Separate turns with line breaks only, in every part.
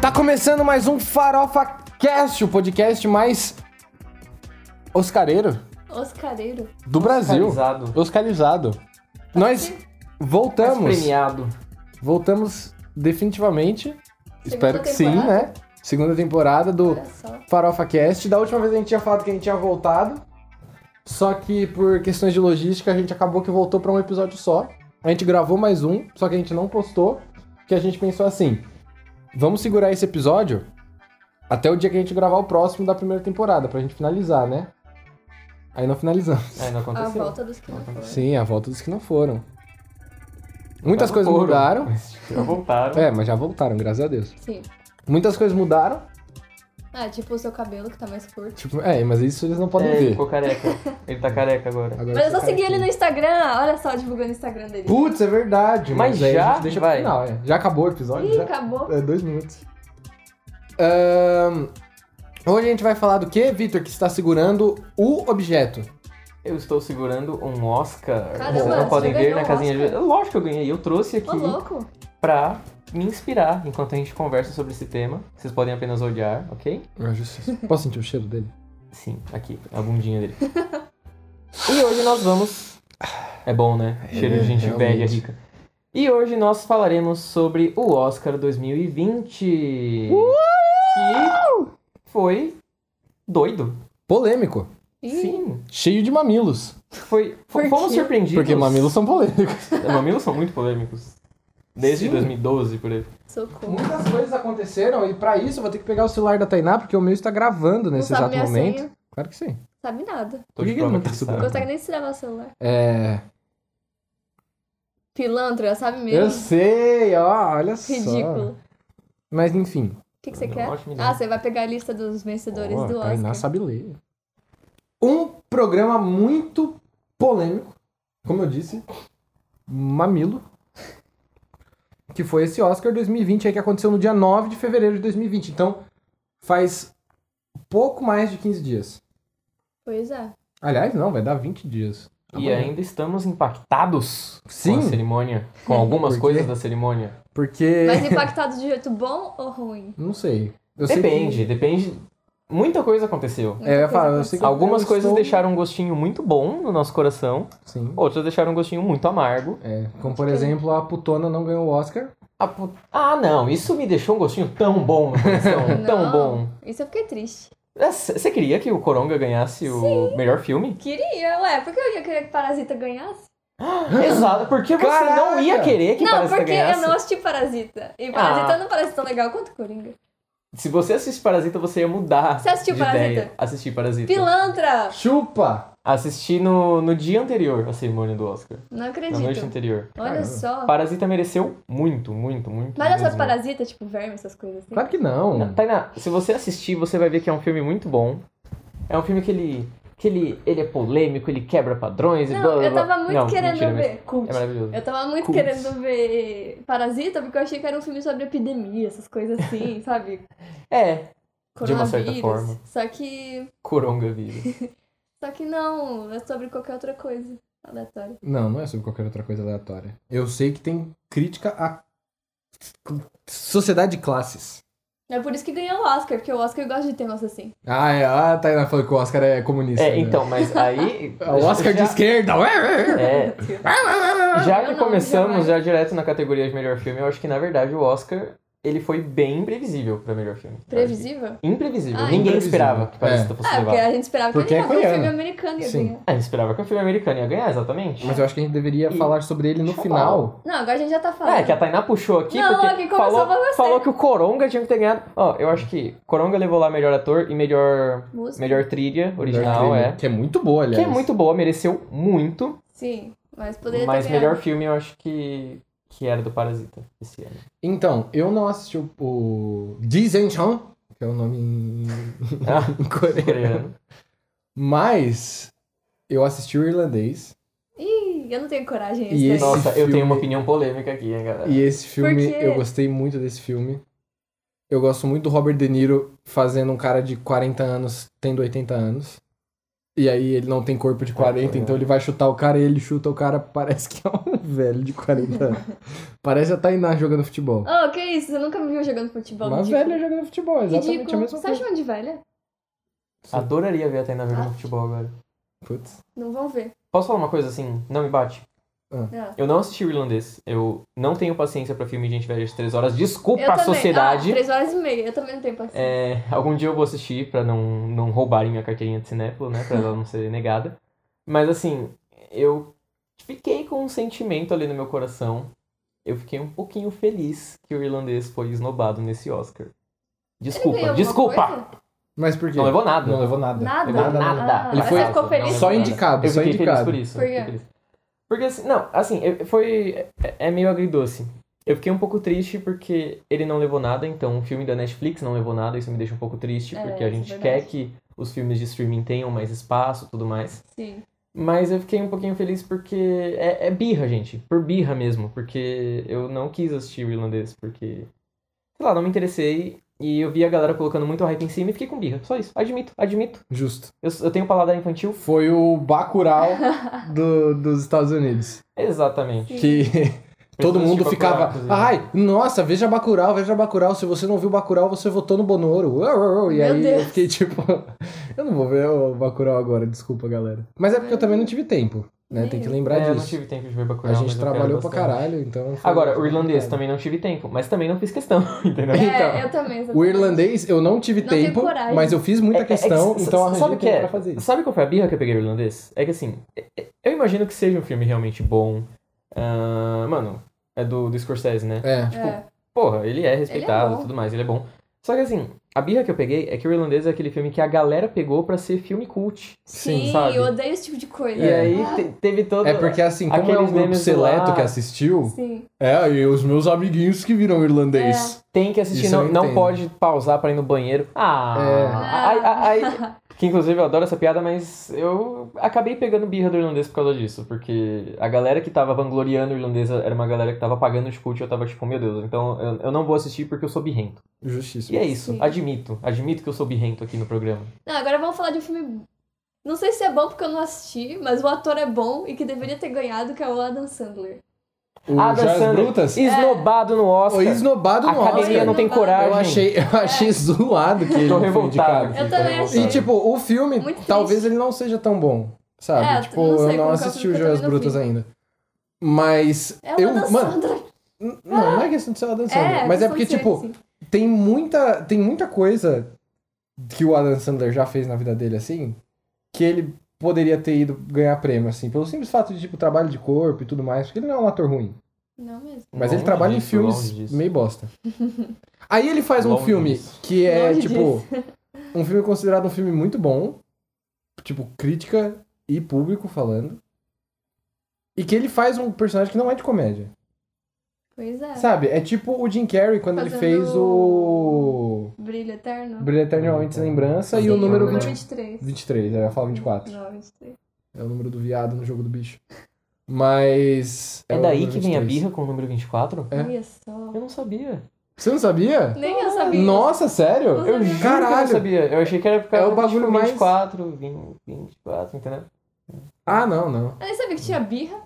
Tá começando mais um Farofa Cast, o podcast mais oscareiro
Oscareiro.
do Brasil.
Oscarizado.
Oscarizado. Nós voltamos.
Premiado.
Voltamos definitivamente. Espero que sim,
temporada.
né? Segunda temporada do
Olha só.
Farofa Cast. Da última vez a gente tinha falado que a gente tinha voltado. Só que por questões de logística a gente acabou que voltou pra um episódio só. A gente gravou mais um, só que a gente não postou. Que a gente pensou assim: vamos segurar esse episódio até o dia que a gente gravar o próximo da primeira temporada, pra gente finalizar, né? Aí não finalizamos.
Ainda
A
aconteceu.
Ah, volta dos que não
É.
foram.
Sim, a volta dos que não foram. Muitas
Mas não
coisas
foram.
mudaram.
Tá Já voltaram.
É, mas já voltaram, graças a Deus.
Sim.
Muitas coisas mudaram.
Ah, tipo o seu cabelo que tá mais curto.
Tipo, é, mas isso eles não podem
É, ele
ver.
ficou careca. Ele tá careca agora.
Agora é
Mas eu só
fica
segui
aqui.
ele no Instagram. Olha só, divulgando o Instagram dele.
Putz, é verdade.
Mas
aí a
já?
gente deixa
Vai.
pro final, é. Já acabou o episódio?
Ih,
já?
acabou.
É, dois minutos. Ahn, hoje a gente vai falar do que, Vitor, que está segurando o objeto.
Eu estou segurando um Oscar.
Caramba,
Vocês não
você
podem ver
ganhou
na
um
casinha
Oscar?
de. Lógico que eu ganhei. Eu trouxe aqui
Ô, louco.
pra me inspirar enquanto a gente conversa sobre esse tema. Vocês podem apenas odiar, ok?
Ah, Posso sentir o cheiro dele?
Sim, aqui. é A bundinha dele. e hoje nós vamos. É bom, né? Cheiro de gente velha
realmente.
rica. E hoje nós falaremos sobre o Oscar 2020. Que foi doido.
Polêmico.
Ih,
Sim.
Cheio de mamilos.
Foi,
Por
foi fomos
quê?
surpreendidos.
Porque mamilos são polêmicos.
mamilos são muito polêmicos. Desde
Sim.
2012, por aí.
socorro.
Muitas coisas aconteceram e pra isso eu vou ter que pegar o celular da Tainá, porque o meu está gravando nesse
não sabe
exato
minha
momento.
senha.
Claro que sim.
Sabe nada.
Tô
Por que
de
que
prova
ele não
que
tá
ele
estudando?
Não
sabe.
consegue nem se levar o celular.
É.
Pilantra, sabe
Eu
mesmo?
sei, ó, olha só.
Ridículo. O
Mas enfim.
que, que você
Não,
quer?
ótima
né?
ideia.
Ah, você vai pegar a lista dos vencedores
Ó,
do Oscar.
Tainá sabe ler. Um programa muito polêmico, como eu disse, mamilo, que foi esse Oscar 2020 aí que aconteceu no dia 9 de fevereiro de 2020. Então, faz pouco mais de 15 dias.
Pois é.
Aliás, não, vai dar 20 dias.
E ainda estamos impactados
Sim.
com a cerimônia. Com algumas
Por
coisas
quê?
da cerimônia.
Porque
Mas impactado de jeito bom ou ruim?
não sei. Eu sei que-
Depende, depende. Muita coisa aconteceu.
É, eu ia falar, eu sei que eu-
Algumas
eu
coisas
estou-
deixaram um gostinho muito bom no nosso coração,
Sim.
outras deixaram um gostinho muito amargo.
É, como por exemplo, a putona não ganhou o Oscar.
A pu- Ah, não, isso me deixou um gostinho tão bom no coração,
é
tão
Não,
bom.
Isso eu fiquei triste.
É, c- Você queria que o Coronga ganhasse o melhor filme?
Queria, ué. Por que eu ia querer que Parasita ganhasse?
Exato, porque você
Caraca!
não ia querer que
não,
Parasita
porque
ganhasse.
eu não assisti Parasita. E Parasita
Ah.
não parece tão legal quanto Coringa.
Se você assiste Parasita, você ia mudar.
Você assistiu
de
Parasita?
Ideia. Assisti Parasita.
Pilantra!
Chupa!
Assisti no, no dia anterior à cerimônia do Oscar.
Não
Na noite
acredito.
anterior.
Olha
Caramba.
só.
Parasita mereceu muito, muito, muito.
Mas
mesmo.
essas parasitas, tipo verme, essas coisas assim.
Claro que não.
Não, Tainá, se você assistir, você vai ver que é um filme muito bom. É um filme que ele. que ele, ele é polêmico, ele quebra padrões e blá
Não,
blá
eu
blá.
tava muito
é Não,
querendo
mentira, mas
ver. Cult.
É maravilhoso.
Eu tava muito
Cult.
querendo ver Parasita porque eu achei que era um filme sobre epidemia, essas coisas assim, sabe?
É, De uma
Coronavírus.
certa forma.
Só que.
Coronga vida.
Só que não, é sobre qualquer outra coisa. Aleatório.
Não, não é sobre qualquer outra coisa aleatória. Eu sei que tem crítica à sociedade de classes.
É por isso que ganhou o Oscar, porque o Oscar gosta de ter negócio assim.
Ah, é, a Tainá falou que o Oscar é comunista.
é,
né? É,
então, mas aí.
O Oscar de
já-
esquerda. ué, ué, ué.
É, Já
Eu
que
não,
começamos
jamais.
já direto na categoria de melhor filme, eu acho que na verdade o Oscar ele foi bem previsível pra melhor filme.
Previsível?
Imprevisível.
Ah,
Ninguém
imprevisível. É.
esperava que Parasita fosse
Ah, porque
levar.
a gente esperava que
Porque
ele
é
ia ver um filme
coreano.
americano ia
Sim.
ganhar.
Ah, esperava que o filme americano ia ganhar, exatamente.
Mas eu acho que a gente deveria
E-
falar sobre ele no
Deixa eu
final.
Não, agora a gente já tá falando.
Ah, é que a Tainá puxou aqui
Não,
porque
aqui começou
falou,
pra você.
falou que o Coronga tinha que ter ganhado. Ó, eu acho que Coronga levou lá melhor ator e melhor,
Música.
melhor trilha original,
Melhor
é.
filme, Que é muito boa, aliás.
Que é muito boa, mereceu muito,
Sim, mas poderia
mas
ter ganhado.
melhor filme eu acho que, que era do Parasita esse ano.
Então, eu não assisti o- o Dizenchon, que é o nome em,
Ah,
em coreano.
coreano.
Mas eu assisti o irlandês.
Ih, eu não tenho coragem.
E
esse
esse-
daí.
Nossa, eu tenho
filme-
uma opinião polêmica aqui, hein, galera.
E esse filme,
quê?
eu gostei muito desse filme. Eu gosto muito do Robert De Niro fazendo um cara de 40 anos, tendo 80 anos. E aí ele não tem corpo de 40, então ele vai chutar o cara e ele chuta o cara, parece que é um velho de 40 anos. Parece a Tainá jogando futebol.
Oh, que isso? Você nunca me viu jogando futebol?
Uma
ridículo.
velha jogando futebol, exatamente
Ridículo.
a mesma
Você tá
coisa.
chamando de velha?
Adoraria ver a Tainá jogando futebol agora.
Putz.
Não vão ver.
Posso falar uma coisa assim? Não me bate.
Ah.
Eu não assisti o irlandês. Eu não tenho paciência pra filme de gente velha de 3 horas. Desculpa
Eu
a
também.
sociedade.
Ah, três horas e meia. Eu também não tenho paciência.
É, algum dia eu vou assistir pra não, não roubarem minha carteirinha de cinéfilo, né? Pra ela não ser negada. Mas assim, eu fiquei com um sentimento ali no meu coração. Eu fiquei um pouquinho feliz que o irlandês foi esnobado nesse Oscar.
Ele
Desculpa,
ganhou
É, desculpa!
alguma coisa?
Mas por quê?
Não levou nada.
Não levou nada.
Nada.
Levou
Nada,
Ah,
nada.
Ele
mas
foi-
você ficou feliz?
Não,
Só
lembro.
indicado,
Eu
só
fiquei
indicado.
feliz por isso. eu
Por
fiquei
quê?
feliz. Porque assim, não, assim, eu- foi. é- É meio agridoce. Eu fiquei um pouco triste porque ele não levou nada, então o filme da Netflix não levou nada, isso me deixa um pouco triste,
É,
porque a
isso é
gente quer
verdade.
que os filmes de streaming tenham mais espaço e tudo mais.
Sim.
Mas eu fiquei um pouquinho feliz porque é, é birra, gente. Por birra mesmo. Porque eu não quis assistir o irlandês, porque. Sei lá, não me interessei. E eu vi a galera colocando muito hype em cima e fiquei com birra. Só isso. Admito, admito.
Justo.
Eu, eu tenho paladar infantil?
Foi o Bacurau do- dos Estados Unidos.
Sim.
Exatamente.
Que todo
Pessoas
mundo
de
ficava.
Bacurau, inclusive.
Ai, nossa, veja Bacurau, veja Bacurau. Se você não viu Bacurau, você votou no Bonoro. Uau, uau, uau. E
Meu
aí
Deus.
eu fiquei tipo. Eu não vou ver o Bacurau agora, desculpa, galera. Mas é porque eu também não tive tempo, né? Tem que lembrar
É, eu não
disso.
tive tempo de ver
A
Bacurau. mas
gente
eu quero
trabalhou pra
bastante.
caralho, então. foi-
Agora, o
foi
irlandês
complicado.
também não tive tempo, mas também não fiz questão, entendeu?
É,
Então,
eu também. exatamente.
O irlandês eu não tive
Não tenho
tempo,
coragem.
mas eu fiz
é-
muita
é que
questão,
s-
então arranjei
sabe
tempo
que é?
pra fazer isso.
Sabe qual foi a birra que eu peguei o irlandês? É que assim, é- é- eu imagino que seja um filme realmente bom. Ah, mano, é do, do Scorsese, né?
É.
É.
Porra, ele é respeitado e
bom.
tudo mais, ele é bom. Só que assim, a birra que eu peguei é que o irlandês é aquele filme que a galera pegou pra ser filme cult.
Sim,
sabe?
eu odeio esse tipo de coisa.
E aí te- teve todo.
É porque assim, como é
Aqueles
um grupo
memes
seleto
lá.
que assistiu,
Sim.
é, e os meus amiguinhos que viram irlandês.
Tem que assistir,
Isso eu
não, não
entendo.
pode pausar pra ir no banheiro. Ah, ai, ai, ai. que inclusive eu adoro essa piada, mas eu acabei pegando birra do irlandês por causa disso, porque a galera que tava vangloriando o irlandês era uma galera que tava pagando os cult e eu tava tipo, meu Deus, então eu, eu não vou assistir porque eu sou birrento. E
Justíssimo.
é isso,
Sim.
admito, admito que eu sou birrento aqui no programa.
Não, agora vamos falar de um filme. Não sei se é bom porque eu não assisti, mas o ator é bom e que deveria ter ganhado, que é o Adam Sandler.
O
Adam
Joias
Sandler,
Brutas?
esnobado no
Foi
Oscar.
esnobado
A
no
academia
Oscar.
não tem
Esnobado.
coragem. É.
Eu achei, eu achei zoado que ele
Tô
não foi
revoltado.
indicado.
Eu também achei.
E tipo, o filme,
Muito triste.
talvez ele não seja tão bom, sabe?
É,
tipo,
não
eu
sei
não
como que eu
assisti
fui,
o
porque eu
Joias
também não
Brutas
vi.
ainda. Mas
É o
eu,
Adam
mano,
Sandler.
n- não, não é questão de ser o Adam Sandler,
É,
mas é
não
porque
sei,
tipo,
assim.
tem muita, tem muita coisa que o Adam Sandler já fez na vida dele, assim, que ele poderia ter ido ganhar prêmio, assim, pelo simples fato de, tipo, trabalho de corpo e tudo mais, porque ele não é um ator ruim.
Não mesmo.
Mas ele
Longe
trabalha em
disso,
filmes
longe disso.
meio bosta. Aí ele faz um
Longe
filme
disso.
que é,
Longe
tipo, um filme considerado um filme muito bom, tipo, crítica e público falando, e que ele faz um personagem que não é de comédia.
Pois é.
Sabe? É tipo o Jim Carrey quando ele
Fazendo-
fez o.
Brilho Eterno.
Brilha Eternamente Sem Lembrança e
um,
Sim,
o número
né?
o
20...
23.
23, é, eu ia falar 24.
Não, 23.
É o número do viado no jogo do bicho. Mas.
É
o
daí
número
que vem a
23.
birra com o número 24?
É.
Olha só.
Eu não sabia.
Você não sabia?
Nem eu sabia.
Nossa, sério?
Eu
Eu juro que eu não
Caralho.
sabia. Eu achei que era por causa
É o
do tipo,
bagulho mais-
24, 20, 24, entendeu?
Ah, não, não.
Eu nem sabia que tinha birra.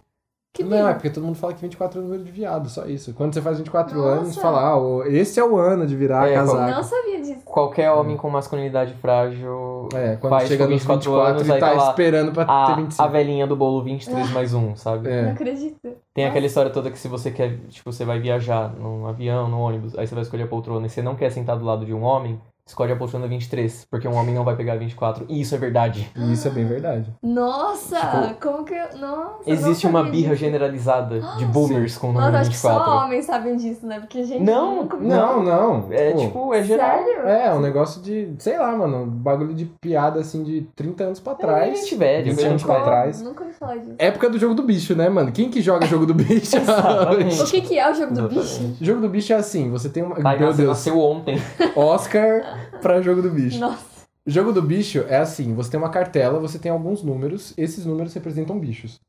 Que
não, é
birra.
porque todo mundo fala que 24 é o número de viado, só isso. Quando você faz 24
Nossa.
anos, fala, ah, o- esse é o ano de virar
É,
casaco.
não sabia disso.
Qualquer homem com masculinidade frágil.
É, quando
Faz
chega
com
nos
24
24
anos,
e
aí
tá
tá lá,
esperando pra ter
A, a
25.
velhinha do bolo 23 mais um, sabe?
Não
É.
acredito.
Tem aquela história toda que se você quer, tipo, você vai viajar num avião, num ônibus, aí você vai escolher a poltrona e você não quer sentar do lado de um homem, escolhe a poltrona 23, porque um homem não vai pegar 24. E isso é verdade.
E isso é bem verdade.
Nossa,
Tipo,
como que eu... Nossa, eu
Existe
não
uma
sabia
birra
disso.
generalizada de boomers com o número
Nossa, acho que só
24.
homens sabem disso, né? Porque, gente...
Não,
nunca-
Não, não.
É
Pô,
tipo, é geral.
Sério?
É, é um negócio de, sei lá, mano, um bagulho de piada assim de 30 anos pra trás.
Gente velha,
20
coisa
anos
de
pra
velho.
trás.
Tipo, é,
É,
Nunca ouvi falar disso.
Época do jogo do bicho, né, mano? Quem que joga jogo do bicho?
Exatamente.
O que que é o jogo do
Exatamente.
bicho?
jogo do bicho é assim, você tem uma.
Tainá,
Meu
você
Deus,
nasceu ontem.
Oscar pra jogo do bicho.
Nossa,
Jogo do bicho é assim, você tem uma cartela, você tem alguns números, esses números representam bichos.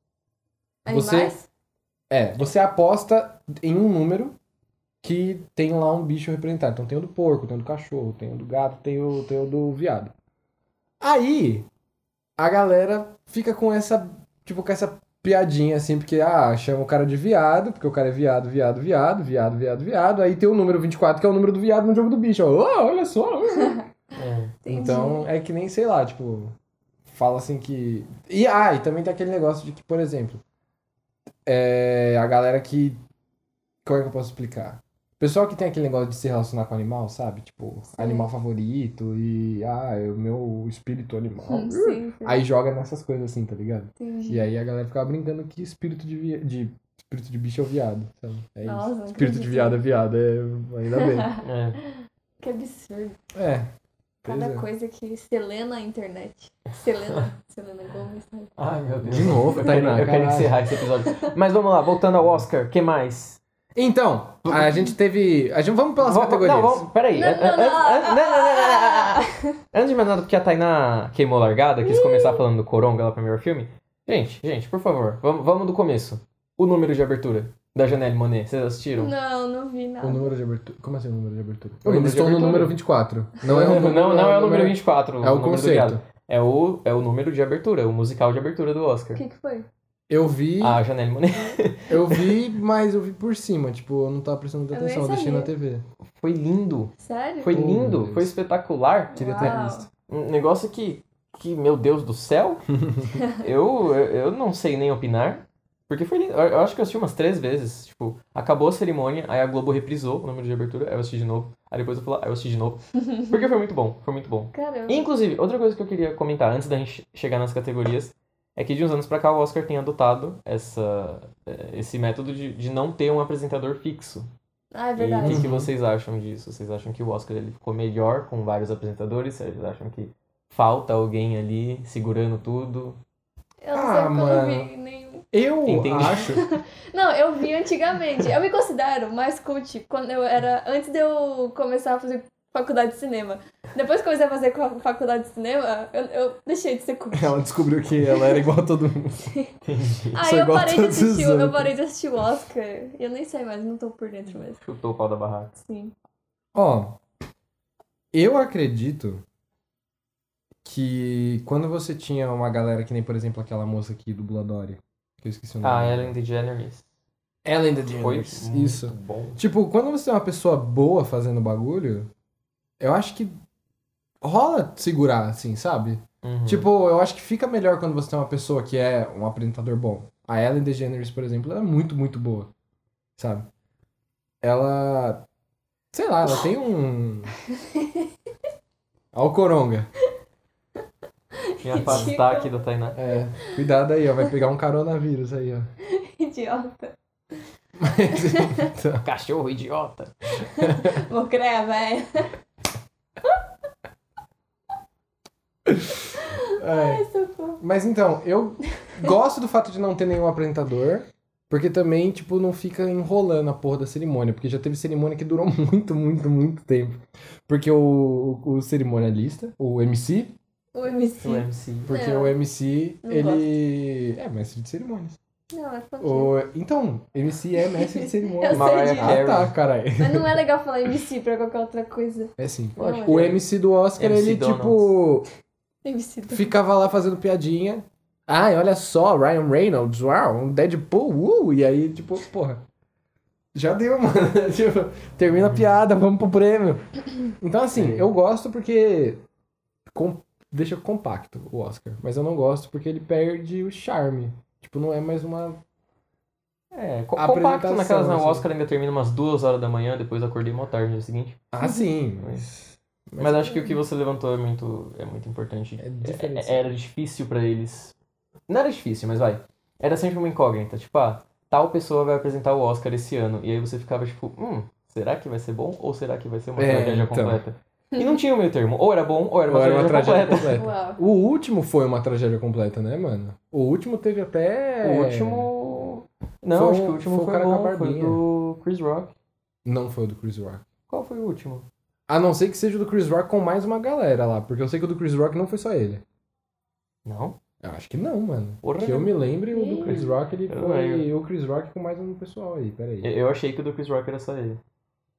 Você-
animais?
É, você aposta em um número que tem lá um bicho representado. Então tem o do porco, tem o do cachorro, tem o do gato, tem o, tem o do viado. Aí, a galera fica com essa, tipo, com essa piadinha, assim, porque, ah, chama o cara de viado, porque o cara é viado, viado, viado, viado, viado, viado. Aí tem o número 24, que é o número do viado no jogo do bicho. Ó, "Ah, olha só.
Entendi.
Então, é que nem, sei lá, tipo, fala assim que. E, ah, e também tem aquele negócio de que, por exemplo, é, a galera que. Como é que eu posso explicar? O pessoal que tem aquele negócio de se relacionar com animal, sabe? Tipo,
Sei.
animal favorito e. Ah, é o meu espírito animal.
Hum, sim,
Aí joga nessas coisas assim, tá ligado?
entendi.
E aí a galera ficava brincando que espírito de, vi... de espírito de bicho é o viado. sabe? É isso.
Nossa, não
espírito de
acredito.
viado é viado, é... ainda bem.
É.
Que absurdo.
É. Pois
Cada
é.
coisa que Selena a internet. Selena, Selena Gomes. sabe?
Ai, meu Deus.
De novo,
eu
Tainá,
quero, eu quero
caralho.
encerrar esse episódio. Mas vamos lá, voltando ao Oscar, o que mais?
Então, a gente teve. A gente... Vamos pelas
Vamos-
categorias.
Não, vamos, peraí.
Não,
é,
An-
não, não.
an- an- não, não, não, não, não, não. Antes de mais nada, porque a Tainá queimou largada, quis começar falando do Coronga lá pro primeiro filme. Gente, gente, por favor, vamos, vamos do começo. O número de abertura da Janelle Monet, vocês
é,
assistiram?
Não, não vi nada.
O número de abertura. Como assim o número de abertura?
O
Eu ainda
número de
estou no
abertura.
número 24. Não é o número.
não, não é o número 24.
É o
número do
conceito.
viado. É o, é o número de abertura, o musical de abertura do
O
Oscar.
que que foi?
Eu vi,
A Janelle Monet.
eu vi, mas eu vi por cima. Tipo, eu não tava prestando muita
Eu nem
atenção, eu deixei
sabia.
na TV.
Foi lindo,
Sério?
foi
Oh, meu
lindo,
Deus.
foi espetacular.
Queria ter
Uau.
visto.
Um negócio que, que meu Deus do céu, eu, eu eu não sei nem opinar. Porque foi lindo. Eu, eu acho que eu assisti umas três vezes. Tipo, acabou a cerimônia, aí a Globo reprisou o número de abertura, aí eu assisti de novo. Aí depois eu falei, aí eu assisti de novo. Porque foi muito bom, foi muito bom.
Caramba.
Inclusive, outra coisa que eu queria comentar antes da gente chegar nas categorias é que de uns anos pra cá o Oscar tem adotado essa, eh, esse método de, de não ter um apresentador fixo.
Ah, é
E o
verdade.
que que,
Uhum.
vocês acham disso? Vocês acham que o Oscar ele ficou melhor com vários apresentadores? Vocês acham que falta alguém ali segurando tudo?
Eu não
Ah,
sei porque eu
mano.
não vi nenhum.
Eu
Entendi.
acho.
Não, eu vi antigamente. Eu me considero mais cult quando eu era. Antes de eu começar a fazer faculdade de cinema. Depois que eu comecei a fazer co- faculdade de cinema, eu, eu deixei de ser cult.
Ela descobriu que ela era igual a todo mundo.
Aí
sou
eu
igual a
parei de
todos os
assistir, o- eu
outros.
parei de assistir o Oscar. Eu nem sei mais, não tô por dentro mesmo.
Chutou o pau da barraca.
Sim.
Ó, eu acredito que quando você tinha uma galera que nem, por exemplo, aquela moça aqui do Bloodori, que eu esqueci o nome.
Ah, Ellen DeGeneres.
Ellen
Foi
DeGeneres.
muito
Isso.
bom.
Tipo, quando você é uma pessoa boa fazendo bagulho, eu acho que rola segurar, assim, sabe?
Uhum.
Tipo, eu acho que fica melhor quando você tem uma pessoa que é um apresentador bom. A Ellen DeGeneres, por exemplo, ela é muito, muito boa, sabe? Ela. Sei lá, ela tem um. Ó o coronga.
me
Tipo-
afastar aqui da Tainá.
É, cuidado aí, ó, vai pegar um coronavírus aí, ó.
Idiota.
Mas, então,
Cachorro idiota.
Vou crer, velho.
é.
Ai, socorro.
Mas então, eu gosto do fato de não ter nenhum apresentador, porque também, tipo, não fica enrolando a porra da cerimônia, porque já teve cerimônia que durou muito, muito, muito tempo. Porque o, o cerimonialista, o MC,
O MC.
O MC.
porque
É,
o MC,
não
ele é mestre de cerimônias.
Não, é fantástico.
O, então, MC é mestre de cerimônias.
Eu sei
Mariah
disso.
Ah,
Carey.
tá, caralho.
Mas não é legal falar MC pra qualquer outra coisa.
É assim.
Eu acho
O
que-
MC do Oscar,
MC
ele,
Donuts.
tipo,
MC do...
ficava lá fazendo piadinha. Ai, olha só, Ryan Reynolds, uau, um Deadpool, uh, e aí, tipo, porra. Já deu, mano. tipo, termina a
Uhum.
piada, vamos pro prêmio. Então, assim,
É.
eu gosto porque. com- deixa compacto o Oscar. Mas eu não gosto porque ele perde o charme. Tipo, não é mais
Uhum.
uma.
É, co-
A
compacto
apresentação,
naquelas. Não, o
assim.
Oscar ainda termina umas duas horas da manhã, depois eu acordei mó tarde no dia seguinte.
Ah, sim, mas.
Mas, acho que o que você levantou é muito, é muito importante.
É diferente.
É- Era difícil pra eles. Não era difícil, mas vai. Era sempre uma incógnita. Tipo, ah, tal pessoa vai apresentar o Oscar esse ano. E aí você ficava tipo, hum, será que vai ser bom? Ou será que vai ser uma
É,
tragédia
então.
completa? E não tinha o meio termo. Ou era bom, ou era uma
Agora é
tragédia
uma tragédia
completa.
completa.
Uau.
O último foi uma tragédia completa, né, mano? O último teve até.
O último. Não,
É. Foi o-
acho que o último
foi o
foi,
cara com a
bom, foi
barbinha.
do Chris Rock.
Não foi o do Chris Rock.
Qual foi o último?
A não ser que seja o do Chris Rock com mais uma galera lá, porque eu sei que o do Chris Rock não foi só ele.
Não?
Eu acho que não, mano.
Porra.
Que eu me lembre, o do Chris Rock, ele
Eu
foi
lembro. É.
o Chris Rock com mais um pessoal aí, peraí.
Eu eu achei que o do Chris Rock era só ele.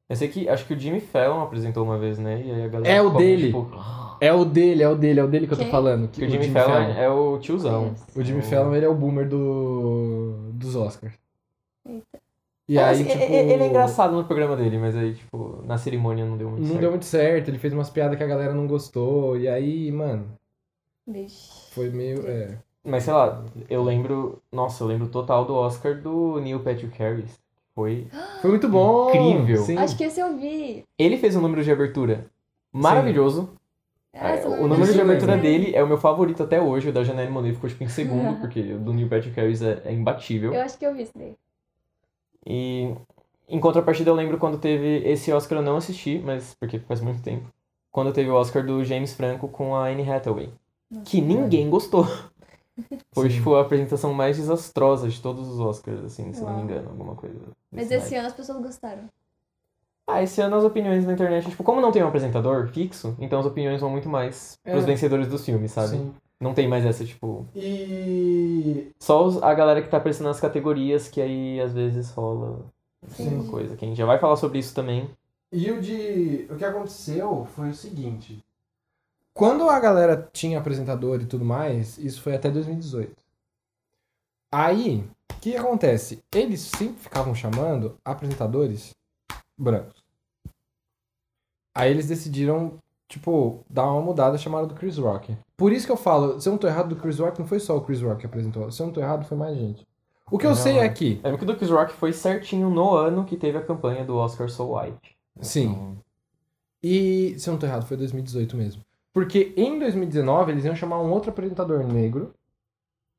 Eu sei que acho que o Jimmy Fallon apresentou uma vez, né? E aí a galera
É o
ficou meio
dele.
tipo,
É o dele, é o dele, é o dele que eu tô
Quem?
falando.
Que o Jimmy Fallon Oh. é o tiozão.
Conheço.
O Jimmy Fallon, ele é o boomer do, dos Oscars.
Eita.
E
É,
aí,
mas e-
tipo...
e- Ele é engraçado no programa dele, mas aí, tipo, na cerimônia não deu muito
Não
certo.
deu muito certo, ele fez umas piadas que a galera não gostou, e aí, mano,
Vixe.
foi meio. É.
Mas sei lá, eu lembro. Nossa, eu lembro total do Oscar do Neil Patrick Harris. Foi.
Foi muito bom!
Incrível.
Sim.
Acho que esse eu vi.
Ele fez um número de abertura maravilhoso.
Ah, esse eu
É,
não
o número
vi.
de abertura
Sim.
dele é o meu favorito até hoje. O da Janelle Monáe ficou tipo em segundo, porque o do Neil Patrick Harris é, é imbatível.
Eu acho que eu vi isso daí.
E em contrapartida eu lembro quando teve esse Oscar eu não assisti, mas porque faz muito tempo. Quando teve o Oscar do James Franco com a Anne Hathaway. Que ninguém gostou. Foi
Sim.
tipo a apresentação mais desastrosa de todos os Oscars, assim, se não
Uau.
me engano, alguma coisa.
Mas
desse
esse ano as pessoas gostaram.
ah, esse ano as opiniões na internet, tipo, como não tem um apresentador fixo, então as opiniões vão muito mais pros
É.
vencedores dos filmes, sabe?
Sim.
Não tem mais essa, tipo,
E.
só os- a galera que tá aparecendo nas categorias que aí às vezes rola alguma
Sim.
coisa. Que a gente já vai falar sobre isso também.
E o de. O que aconteceu foi o seguinte. Quando a galera tinha apresentador e tudo mais, isso foi até 2018. Aí, o que acontece? Eles sempre ficavam chamando apresentadores brancos. Aí eles decidiram, tipo, dar uma mudada, chamaram do Chris Rock. Por isso que eu falo, se eu não tô errado, do Chris Rock não foi só o Chris Rock que apresentou. Se eu não tô errado, foi mais gente. O que eu
Não,
sei
é.
é que
Lembro que o do Chris Rock foi certinho no ano que teve a campanha do Oscar So White.
Sim. E, se eu não tô errado, foi 2018 mesmo. Porque em 2019 eles iam chamar um outro apresentador negro,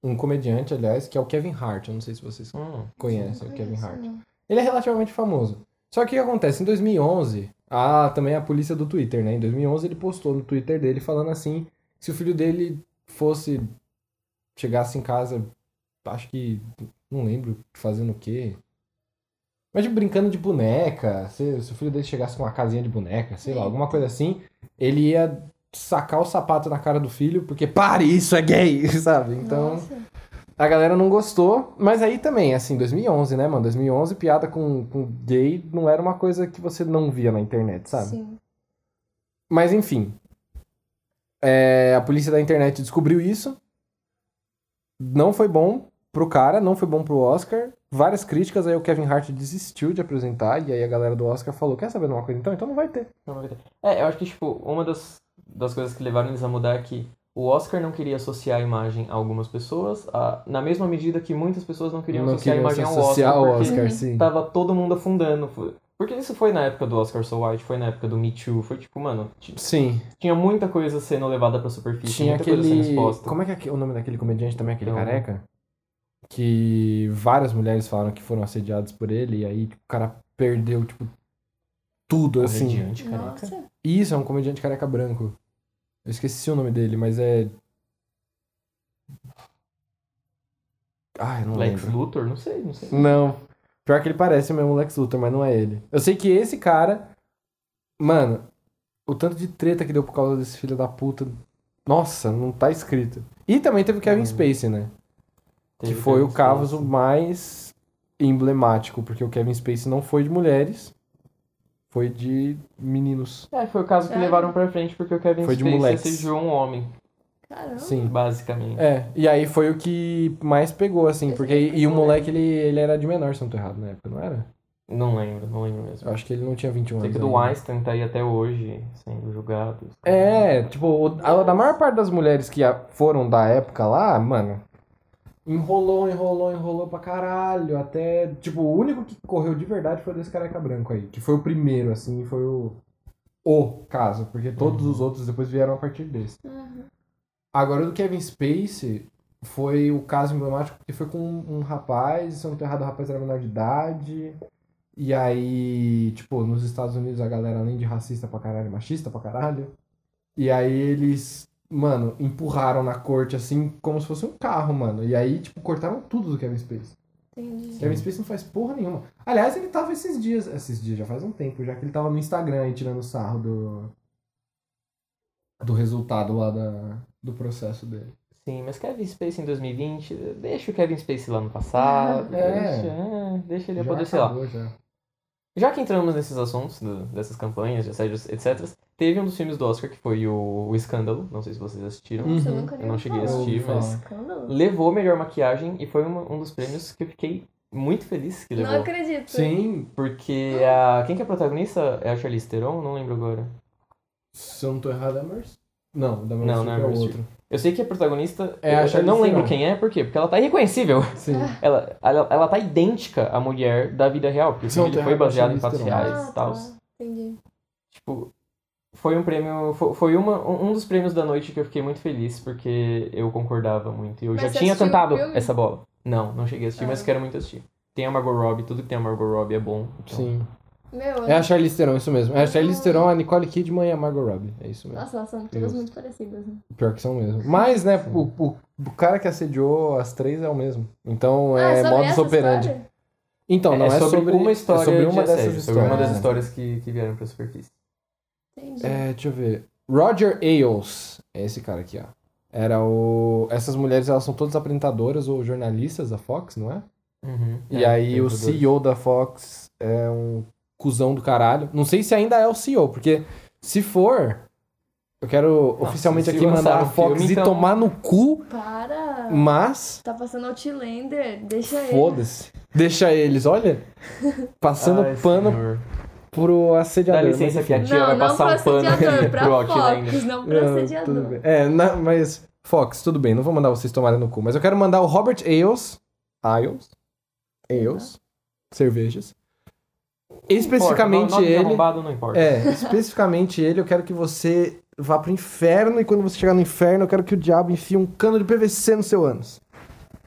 um comediante, aliás, que é o Kevin Hart. Eu não sei se vocês
Hum,
conhecem
Não
o Kevin
conheço,
Hart.
não.
Ele é relativamente famoso. Só que o que acontece? Em 2011, a, também a polícia do Twitter, né? Em 2011 ele postou no Twitter dele falando assim: se o filho dele fosse. chegasse em casa, acho que. não lembro, fazendo o quê. Mas tipo, brincando de boneca, se, se o filho dele chegasse com uma casinha de boneca, sei lá, alguma coisa assim, ele ia sacar o sapato na cara do filho, porque pare, isso é gay, sabe? Então.
Nossa.
A galera não gostou, mas aí também, assim, 2011, né, mano? 2011, piada com, com gay não era uma coisa que você não via na internet, sabe?
Sim.
Mas enfim. É, a polícia da internet descobriu isso. Não foi bom pro cara, não foi bom pro Oscar. Várias críticas, aí o Kevin Hart desistiu de apresentar, e aí a galera do Oscar falou: Quer saber de uma coisa então? Então não vai ter.
não vai ter. É, eu acho que, tipo, uma das, das coisas que levaram eles a mudar é que o Oscar não queria associar a imagem a algumas pessoas, a- na mesma medida que muitas pessoas não queriam
não
associar a
queriam
imagem ao Oscar,
associar ao
porque tá
Oscar, sim.
tava todo mundo afundando. Foi- Porque isso foi na época do Oscar So White, foi na época do Me Too, foi tipo, mano, t-
Sim,
tinha muita coisa sendo levada pra superfície,
Tinha
muita coisa É sendo
aquele.
exposta.
Como é que é aque- o nome daquele comediante também, aquele
Não.
careca? Que várias mulheres falaram que foram assediadas por ele, e aí tipo, o cara perdeu, tipo, tudo, assim.
Comediante, caraca.
Nossa.
E Isso, é um comediante careca branco. Eu esqueci o nome dele, mas é. Ah, eu não
Lex
lembro.
Luthor, não sei, não sei.
Não. Pior que ele parece mesmo o Lex Luthor, mas não é ele. Eu sei que esse cara. Mano, o tanto de treta que deu por causa desse filho da puta. Nossa, não tá escrito. E também teve o Kevin
Hum.
Spacey, né?
Teve
que foi o
Kevin
caso
Spacey.
mais emblemático, porque o Kevin Spacey não foi de mulheres, foi de meninos.
É, foi o caso que
Sério?
levaram pra frente porque o Kevin
Foi de
Spacey
moleques.
assediou um homem, Ah.
Caramba.
Sim.
basicamente.
É, e aí foi o que mais pegou, assim, porque. E o moleque,
né?
ele, ele era de menor, se eu não tô errado, na época, não era?
Não lembro, não lembro mesmo.
Eu acho que ele não tinha 21
Sei
anos.
que o do
ainda.
Weinstein tá aí até hoje, sendo julgado.
É, tipo, o- a, da maior parte das mulheres que a- foram da época lá, mano, enrolou, enrolou, enrolou pra caralho. Até, tipo, o único que correu de verdade foi o desse careca branco aí, que foi o primeiro, assim, foi o, o caso, porque todos os outros depois vieram a partir desse.
Uhum.
Agora, o do Kevin Spacey foi o caso emblemático, porque foi com um, um rapaz, se eu não tô errado, o rapaz era menor de idade. E aí, tipo, nos Estados Unidos a galera, além de racista pra caralho, é machista pra caralho. E aí eles, mano, empurraram na corte, assim, como se fosse um carro, mano. E aí, tipo, cortaram tudo do Kevin Spacey.
Entendi.
Kevin Spacey não faz porra nenhuma. Aliás, ele tava esses dias, esses dias, já faz um tempo, já que ele tava no Instagram aí tirando sarro do. do resultado lá da, do processo dele.
Sim, mas Kevin Spacey em 2020, deixa o Kevin Spacey lá no passado,
Ah, é.
deixa, é, deixa ele
Já
apodrecer lá.
acabou, já.
Já que entramos nesses assuntos, do- dessas campanhas, de assédios, etc., teve um dos filmes do Oscar que foi o, o Escândalo, não sei se vocês assistiram.
Uhum.
Nossa, eu nunca
Eu
nem
não
ouvi
cheguei a
falar.
assistir,
Ouvi
mas
falar.
Escândalo?
levou melhor maquiagem e foi uma- um dos prêmios que eu fiquei muito feliz que
Não é
levou.
acredito.
Sim,
Porque a. Quem que é a protagonista? É a Charlize Theron? Não lembro agora.
se eu não tô errado, é Mercy. Não, da Mercy
Não, não é
é o
Meryl
outro.
Eu sei que a protagonista.
É
eu-
a
eu não
Charlize
lembro
Theron.
quem é, por quê? Porque ela tá irreconhecível.
Sim.
Ela, ela, ela tá idêntica à mulher da vida real, porque o
Sim,
filme
tem
foi
a Rachel
baseado em
Lee
fatos
Theron.
reais
Ah,
e tal.
tá. Entendi.
Tipo, foi um prêmio. fo- Foi uma, um um dos prêmios da noite que eu fiquei muito feliz, porque eu concordava muito. Eu
Mas
já
você
tinha
assistiu o
cantado
filme?
essa bola. Não, não cheguei a assistir,
Ah.
mas quero muito assistir. Tem a Margot Robbie, tudo que tem a Margot Robbie é bom. então-
Sim.
Meu,
É a Charlize Theron, isso mesmo. É a Charlize Theron, a Nicole Kidman e a Margot Robbie. É isso mesmo.
nossa, elas são todas
Justo.
muito parecidas. Né?
Pior que são mesmo. Mas, né, o, o, o cara que assediou as três é o mesmo. Então,
ah,
é,
sobre
modus
essa
operandi.
história?
Então, não é,
sobre, uma história
é sobre uma
de
dessas
assédio,
histórias. né?
sobre uma das
Ah.
histórias que, que vieram pra superfície.
Entendi.
É, deixa eu ver. Roger Ailes. É esse cara aqui, ó. Era o... Essas mulheres, elas são todas apresentadoras ou jornalistas da Fox, não é? E
É,
aí
tem
o
tudo.
CEO da Fox é um cuzão do caralho. Não sei se ainda é o CEO, porque se for, eu quero
Não,
oficialmente
se- se
aqui mandar
lançar
a
um
Fox
filme,
ir
então-
tomar no cu,
Para!
mas
Tá passando Outlander, deixa ele.
Hum. foda-se. Deixa eles, olha, passando
Ai,
pano
senhor. pro
pro assediador.
Dá licença
mas
que a
enfim.
tia vai passar um pano aqui
pra
pro Outlander.
Fox, não pra
Não, Ah, tudo
assediador.
bem. É, na- mas Fox, tudo bem, não vou mandar vocês tomarem no cu, mas eu quero mandar o Robert Ailes, Ailes, Ailes, cervejas. Especificamente
Não importa, o nome de
ele.
arrombado não importa.
É, especificamente ele, eu quero que você vá pro inferno e quando você chegar no inferno, eu quero que o diabo enfie um cano de PVC no seu ânus.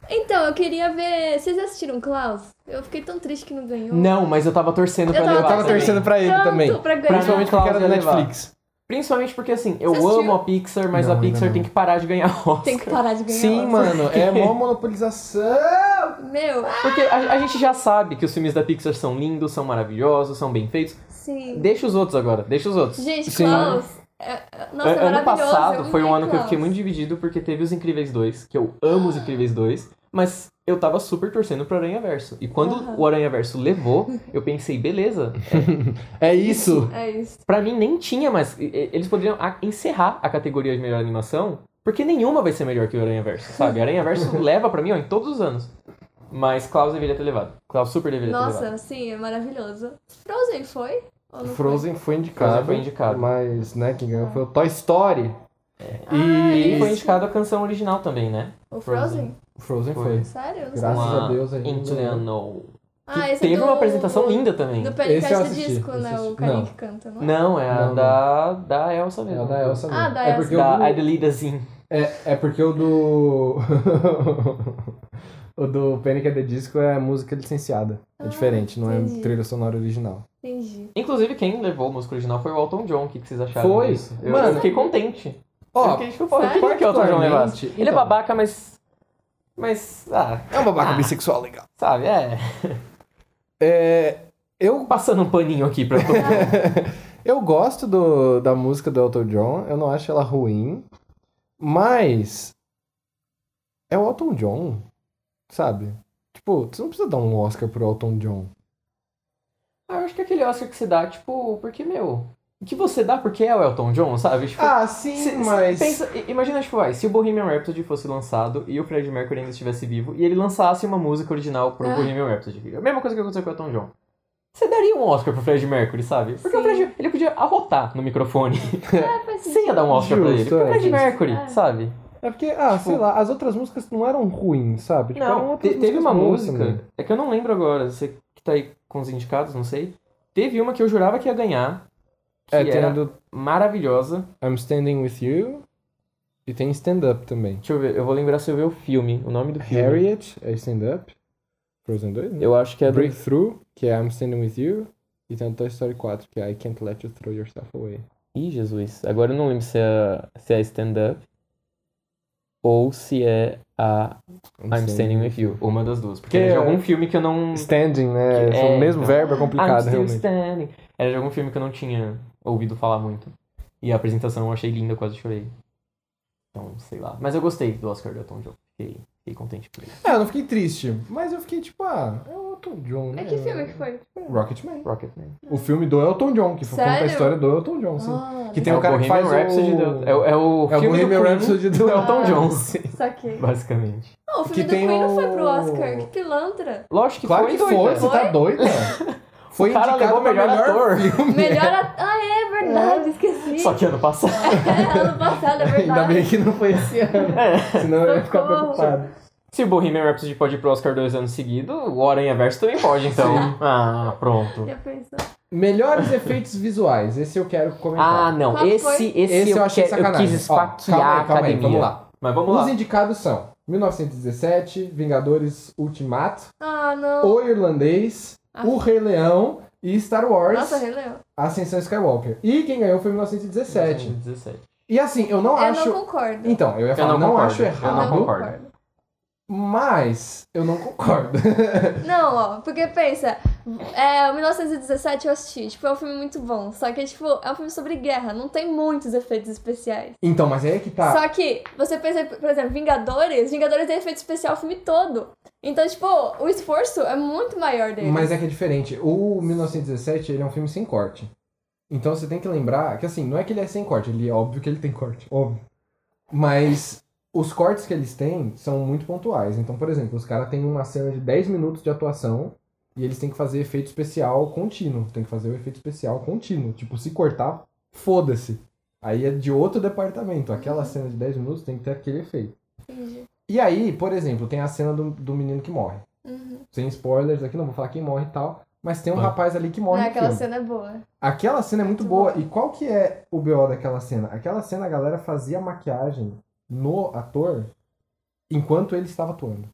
Então, eu queria ver. Vocês assistiram Klaus? Eu fiquei tão triste que não ganhou.
Não, mas eu tava torcendo pra
tava
levar.
Eu tava
também.
torcendo pra ele
Tanto
também.
Pra ganhar.
Principalmente
Pra
porque era
Klaus
da
ia levar.
Netflix.
Principalmente porque assim, eu
Você assistiu?
amo a Pixar, mas
Não,
a
ainda
Pixar
não.
tem que parar de ganhar Oscar.
Tem que parar de ganhar.
Sim,
Oscar.
mano, é mó monopolização.
Meu,
Porque a, a gente já sabe que os filmes da Pixar são lindos, são maravilhosos, são bem feitos.
sim.
Deixa os outros agora, deixa os outros.
Gente,
Sim.
Klaus. é- é- Nossa, é
ano
maravilhoso.
passado
eu
foi um
amei
ano que eu fiquei
Klaus.
muito dividido porque teve os Incríveis 2, que eu amo os Incríveis 2, mas eu tava super torcendo pro Aranha Verso. E quando
Aham.
o Aranha Verso levou, eu pensei, beleza.
É isso.
É isso.
Pra mim nem tinha, mas e- e- eles poderiam a- encerrar a categoria de melhor animação, porque nenhuma vai ser melhor que o Aranha Verso, sabe? Aranha Verso leva pra mim, ó, em todos os anos. Mas Klaus deveria ter levado. Klaus super deveria ter levado.
Nossa, sim, é maravilhoso. Frozen foi? Ou não foi?
Frozen foi
Frozen
indicado.
foi indicado.
Mas, né, quem ganhou foi o Toy Story.
Ah,
E
E foi
isso.
indicado a canção original também, né?
O Frozen?
Frozen
Foi.
foi.
Sério? Eu não
Graças
sabia.
a Deus, a gente
Into the
ganhou.
Unknown.
Ah,
Que
esse é
teve
do-
uma apresentação
do-
linda também.
Esse
Do
eu
Pericast
assisti,
Disco,
esse eu
né?
assisti.
O carinha
Não.
que canta, não é?
Não, é a
Não,
da, da Elsa mesmo.
É o da Elsa mesmo.
Ah, da
é
Elsa.
porque o
Da
do-
Adelida Zin.
É, é porque o do. o do Panic! at the Disco é música licenciada. É
Ah,
diferente, não
entendi.
é trilha sonora original.
Entendi.
Inclusive, quem levou o músico original foi o Elton John. O que, que vocês acharam
Foi?
disso? Eu
Mano,
fiquei contente. eu
Ó,
fiquei tipo, pô, por que,
sério?
que o Elton John levasse?
Particularmente,
Ele é
então.
babaca, mas... Mas, ah,
é uma babaca
Ah.
bissexual legal.
sabe, é...
É, eu,
Passando um paninho aqui pra todo mundo.
eu gosto do, da música do Elton John, eu não acho ela ruim, mas. É o Elton John, sabe? Tipo, você não precisa dar um Oscar pro Elton John.
ah, eu acho que aquele Oscar que se dá, tipo, porque, meu... O que você dá porque é o Elton John, sabe? Tipo,
Ah, sim,
Se- se- pensa- i- imagina, tipo, vai, se o Bohemian Rhapsody fosse lançado e o Freddie Mercury ainda estivesse vivo e ele lançasse uma música original pro
Ah.
Bohemian Rhapsody. A mesma coisa que aconteceu com o Elton John. Você daria um Oscar pro Freddie Mercury, sabe? Porque o
Sim.
Freddie, ele podia arrotar no microfone.
Ah, faz
Você ia
sentido.
dar um Oscar pra ele.
Justo,
Porque o
é,
Freddie
justo.
Mercury,
É.
sabe?
É porque, ah, sei lá, as outras músicas não eram ruins, sabe? Tipo, eram
Não,
outras
te- teve
músicas
uma
boas
música,
também.
é que eu não lembro agora, você que tá aí com os indicados, não sei. Teve uma que eu jurava que ia ganhar, que
É, tem
era
a do
maravilhosa.
I'm Standing With You e tem stand-up também.
Deixa eu ver, eu vou lembrar se eu ver o filme, o nome do filme.
Harriet é stand-up, Frozen 2, né?
Eu acho que é do
Breakthrough, que é I'm Standing With You, e tem a Toy Story 4, que é I Can't Let You Throw Yourself Away.
Ih, Jesus. Agora eu não lembro se é, se é stand-up ou se é a I'm Standing With You. Uma das duas. Porque
Que
era de
é-
algum filme que eu não.
Standing, né?
Que-
É,
é,
o mesmo
então.
verbo é complicado,
I'm still
realmente.
standing. Era de algum filme que eu não tinha ouvido falar muito. E a apresentação eu achei linda, eu quase chorei. Então, sei lá. Mas eu gostei do Oscar do Elton John. Fiquei, fiquei contente por ele.
Ah, eu não fiquei triste, mas eu fiquei tipo, ah, é o Elton John, né?
É que filme que foi?
Rocketman.
Rocketman.
O filme do Elton John, que foi conta a
Sério?
história do Elton John, sim.
Ah,
Que tem o
É
cara que
Bohemian
faz o-
Rhapsody do- É, o- é o
É o
filme do
Bohemian
Queen
Rhapsody do
do Elton
Ah.
John,
Saquei.
basicamente.
Não, o filme
Que
do
tem
Queen não foi
o-
pro Oscar. Que pilantra.
Lógico que
Claro
foi, né?
que foi,
doida.
você tá
Foi? né?
doida? Foi
O cara
indicado
levou
pra
melhor ator.
filme.
Melhor a... Ah, é verdade, esqueci.
Só que ano passado.
É, ano passado, é
Ainda
verdade.
bem que não foi esse ano,
É.
senão eu ia ficar
Socorro.
preocupado.
Se o Bohemian Rhapsody pode ir pro Oscar dois anos seguidos, o Aranha Verso também pode, então. Ah, pronto.
Já pensou?
Melhores efeitos visuais, esse eu quero
Ah,
comentar.
não.
Qual
Esse, esse,
esse eu,
eu,
achei
que- eu
sacanagem.
quis
Ó,
esfaquear
calma aí,
a
calma aí,
academia.
vamos lá.
Mas vamos
Os
lá.
indicados são 1917, Vingadores Ultimato,
Ah, não.
O Irlandês,
Ah.
O Rei Leão e Star Wars
Nossa, Renan.
Ascensão Skywalker. E quem ganhou foi 1917.
17.
E assim, eu não
Eu
acho.
não concordo.
Então, eu ia falar,
não
não,
concordo.
acho
Eu
errado,
não concordo.
mas eu não concordo.
Não, ó, porque pensa, é, o 1917 eu assisti, tipo, é um filme muito bom. Só que, tipo, é um filme sobre guerra, não tem muitos efeitos especiais.
então, mas aí é que tá.
Só que você pensa, por exemplo, Vingadores, Vingadores tem efeito especial o filme todo. Então, tipo, o esforço é muito maior dele.
Mas é que é diferente. O 1917, ele é um filme sem corte. Então você tem que lembrar que assim, não é que ele é sem corte, ele óbvio que ele tem corte, óbvio. Mas os cortes que eles têm são muito pontuais. Então, por exemplo, os caras têm uma cena de 10 minutos de atuação e eles têm que fazer efeito especial contínuo. Tem que fazer o efeito especial contínuo. Tipo, se cortar, foda-se. Aí é de outro departamento. Aquela
Uhum.
cena de 10 minutos tem que ter aquele efeito. E aí, por exemplo, tem a cena do, do menino que morre.
Uhum.
Sem spoilers aqui, não vou falar quem morre e tal. Mas tem um
É.
rapaz ali que morre.
Ah,
no
aquela
filme.
cena é boa.
Aquela cena é muito
Muito
boa.
boa.
E qual que é o BO daquela cena? Aquela cena a galera fazia maquiagem no ator enquanto ele estava atuando.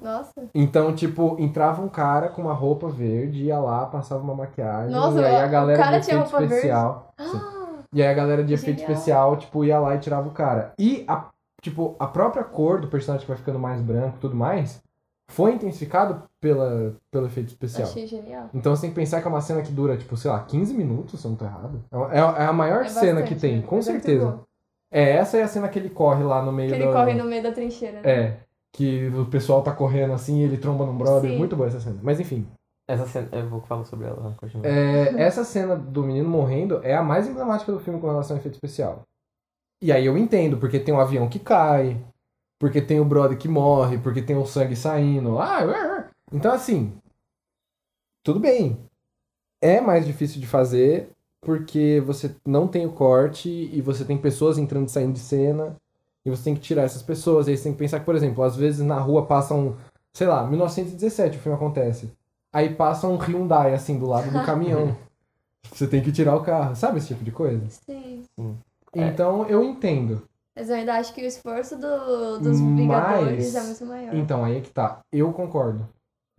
Nossa.
Então, tipo, entrava um cara com uma roupa verde, ia lá, passava uma maquiagem.
Nossa,
e aí a
o
galera
cara
de
tinha
efeito
roupa verde?
especial. Sim.
Ah,
E aí a galera de efeito
Genial.
especial, tipo, ia lá e tirava o cara. E a, tipo, a própria cor do personagem que vai ficando mais branco e tudo mais foi intensificado pela, pelo efeito especial.
achei genial.
Então você tem que pensar que é uma cena que dura, tipo, sei lá, 15 minutos, se eu não tô errado. É uma- É, a- é a maior
É
cena
bastante,
que tem,
né?
com
É muito
certeza.
bom.
É, essa é a cena que ele corre lá no meio
Que ele
da-
corre no meio da trincheira. né?
É, que o pessoal tá correndo assim e ele tromba num brother.
Sim.
Muito boa essa cena. Mas enfim,
Essa cena, eu vou falar sobre ela, né, continua.
é, essa cena do menino morrendo é a mais emblemática do filme com relação ao efeito especial. E aí eu entendo, porque tem um avião que cai, porque tem o brother que morre, porque tem o sangue saindo. Ah, ué, ué. então assim, tudo bem. É mais difícil de fazer porque você não tem o corte e você tem pessoas entrando e saindo de cena e você tem que tirar essas pessoas. E aí você tem que pensar que, por exemplo, às vezes na rua passam, sei lá, 1917 o filme acontece. Aí passa um Hyundai assim do lado do caminhão. você tem que tirar o carro, sabe esse tipo de coisa?
Sim.
É.
Então eu entendo.
Mas eu ainda acho que o esforço do- dos
Mas-
Vingadores é muito maior.
Então aí é que tá. Eu concordo.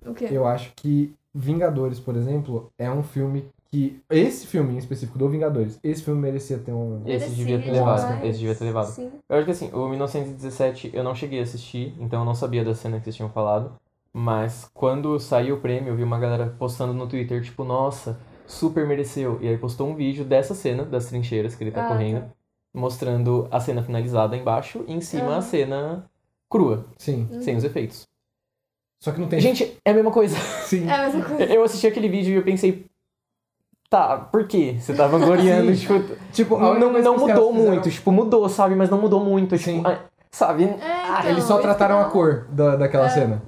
O quê?
Eu acho que Vingadores, por exemplo, é um filme que. Esse filme em específico do Vingadores, esse filme merecia ter um.
Esse
Merecia
devia ter
demais.
levado. Esse devia ter levado.
Sim.
Eu acho que assim, o 1917 eu não cheguei a assistir, então eu não sabia da cena que vocês tinham falado. Mas quando saiu o prêmio, eu vi uma galera postando no Twitter, tipo, nossa, super mereceu. E aí postou um vídeo dessa cena, das trincheiras que ele tá
Ah,
correndo,
tá.
mostrando a cena finalizada embaixo e em cima
Aham.
a cena crua,
Sim.
Uhum.
sem os efeitos.
Só que não tem.
Gente, é a mesma coisa.
Sim.
É a mesma coisa.
Eu assisti aquele vídeo e eu pensei, tá, por quê? Você tá vangloriando,
Sim.
tipo,
Tipo, a única
não,
coisa que
não
os caras
mudou
fizeram-
muito. Tipo, mudou, sabe? Mas não mudou muito.
Sim.
Tipo, ah, sabe?
É, então,
Eles só
isso
trataram
que
a
dá-
cor da, daquela
É.
cena.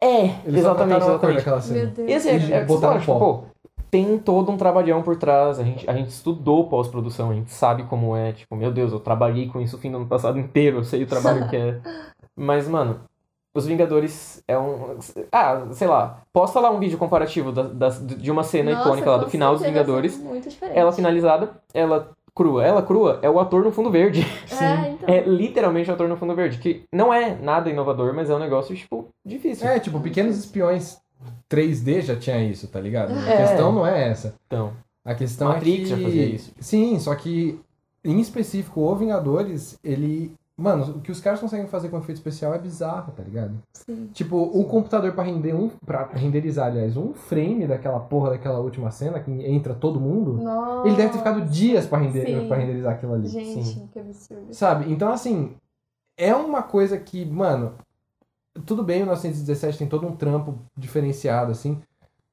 É,
Eles só
exatamente,
trataram a cor
exatamente.
daquela
Meu
cena.
Deus.
E assim, é,
Eles
é,
botaram
claro,
pó.
tipo, pô, tem todo um trabalhão por trás. A gente, a gente estudou pós-produção, a gente sabe como é. Tipo, meu Deus, eu trabalhei com isso o fim do ano passado inteiro, eu sei o trabalho que é. Mas, mano, Os Vingadores é um. Ah, sei lá, posta lá um vídeo comparativo da, das- de uma cena
Nossa,
icônica lá
com
do final dos
certeza
Vingadores.
são Muito diferente.
Ela finalizada, ela crua. Ela crua é o ator no fundo verde.
É, então.
É literalmente o ator no fundo verde, que não é nada inovador, mas é um negócio, tipo, difícil.
É, tipo, Pequenos Espiões 3D já tinha isso, tá ligado? A
É.
questão não é essa.
Então,
A questão
Matrix
é
já
que...
fazia isso.
Sim, só que em específico o Vingadores, ele, mano, o que os caras conseguem fazer com efeito especial é bizarro, tá ligado?
Sim.
Tipo, o computador pra render um para renderizar, aliás, um frame daquela porra daquela última cena que entra todo mundo,
Nossa.
ele deve ter ficado dias pra render
Sim.
para renderizar aquilo ali.
Gente,
Sim.
que absurdo.
Sabe? Então assim, é uma coisa que, mano, Tudo bem, o 1917 tem todo um trampo diferenciado, assim,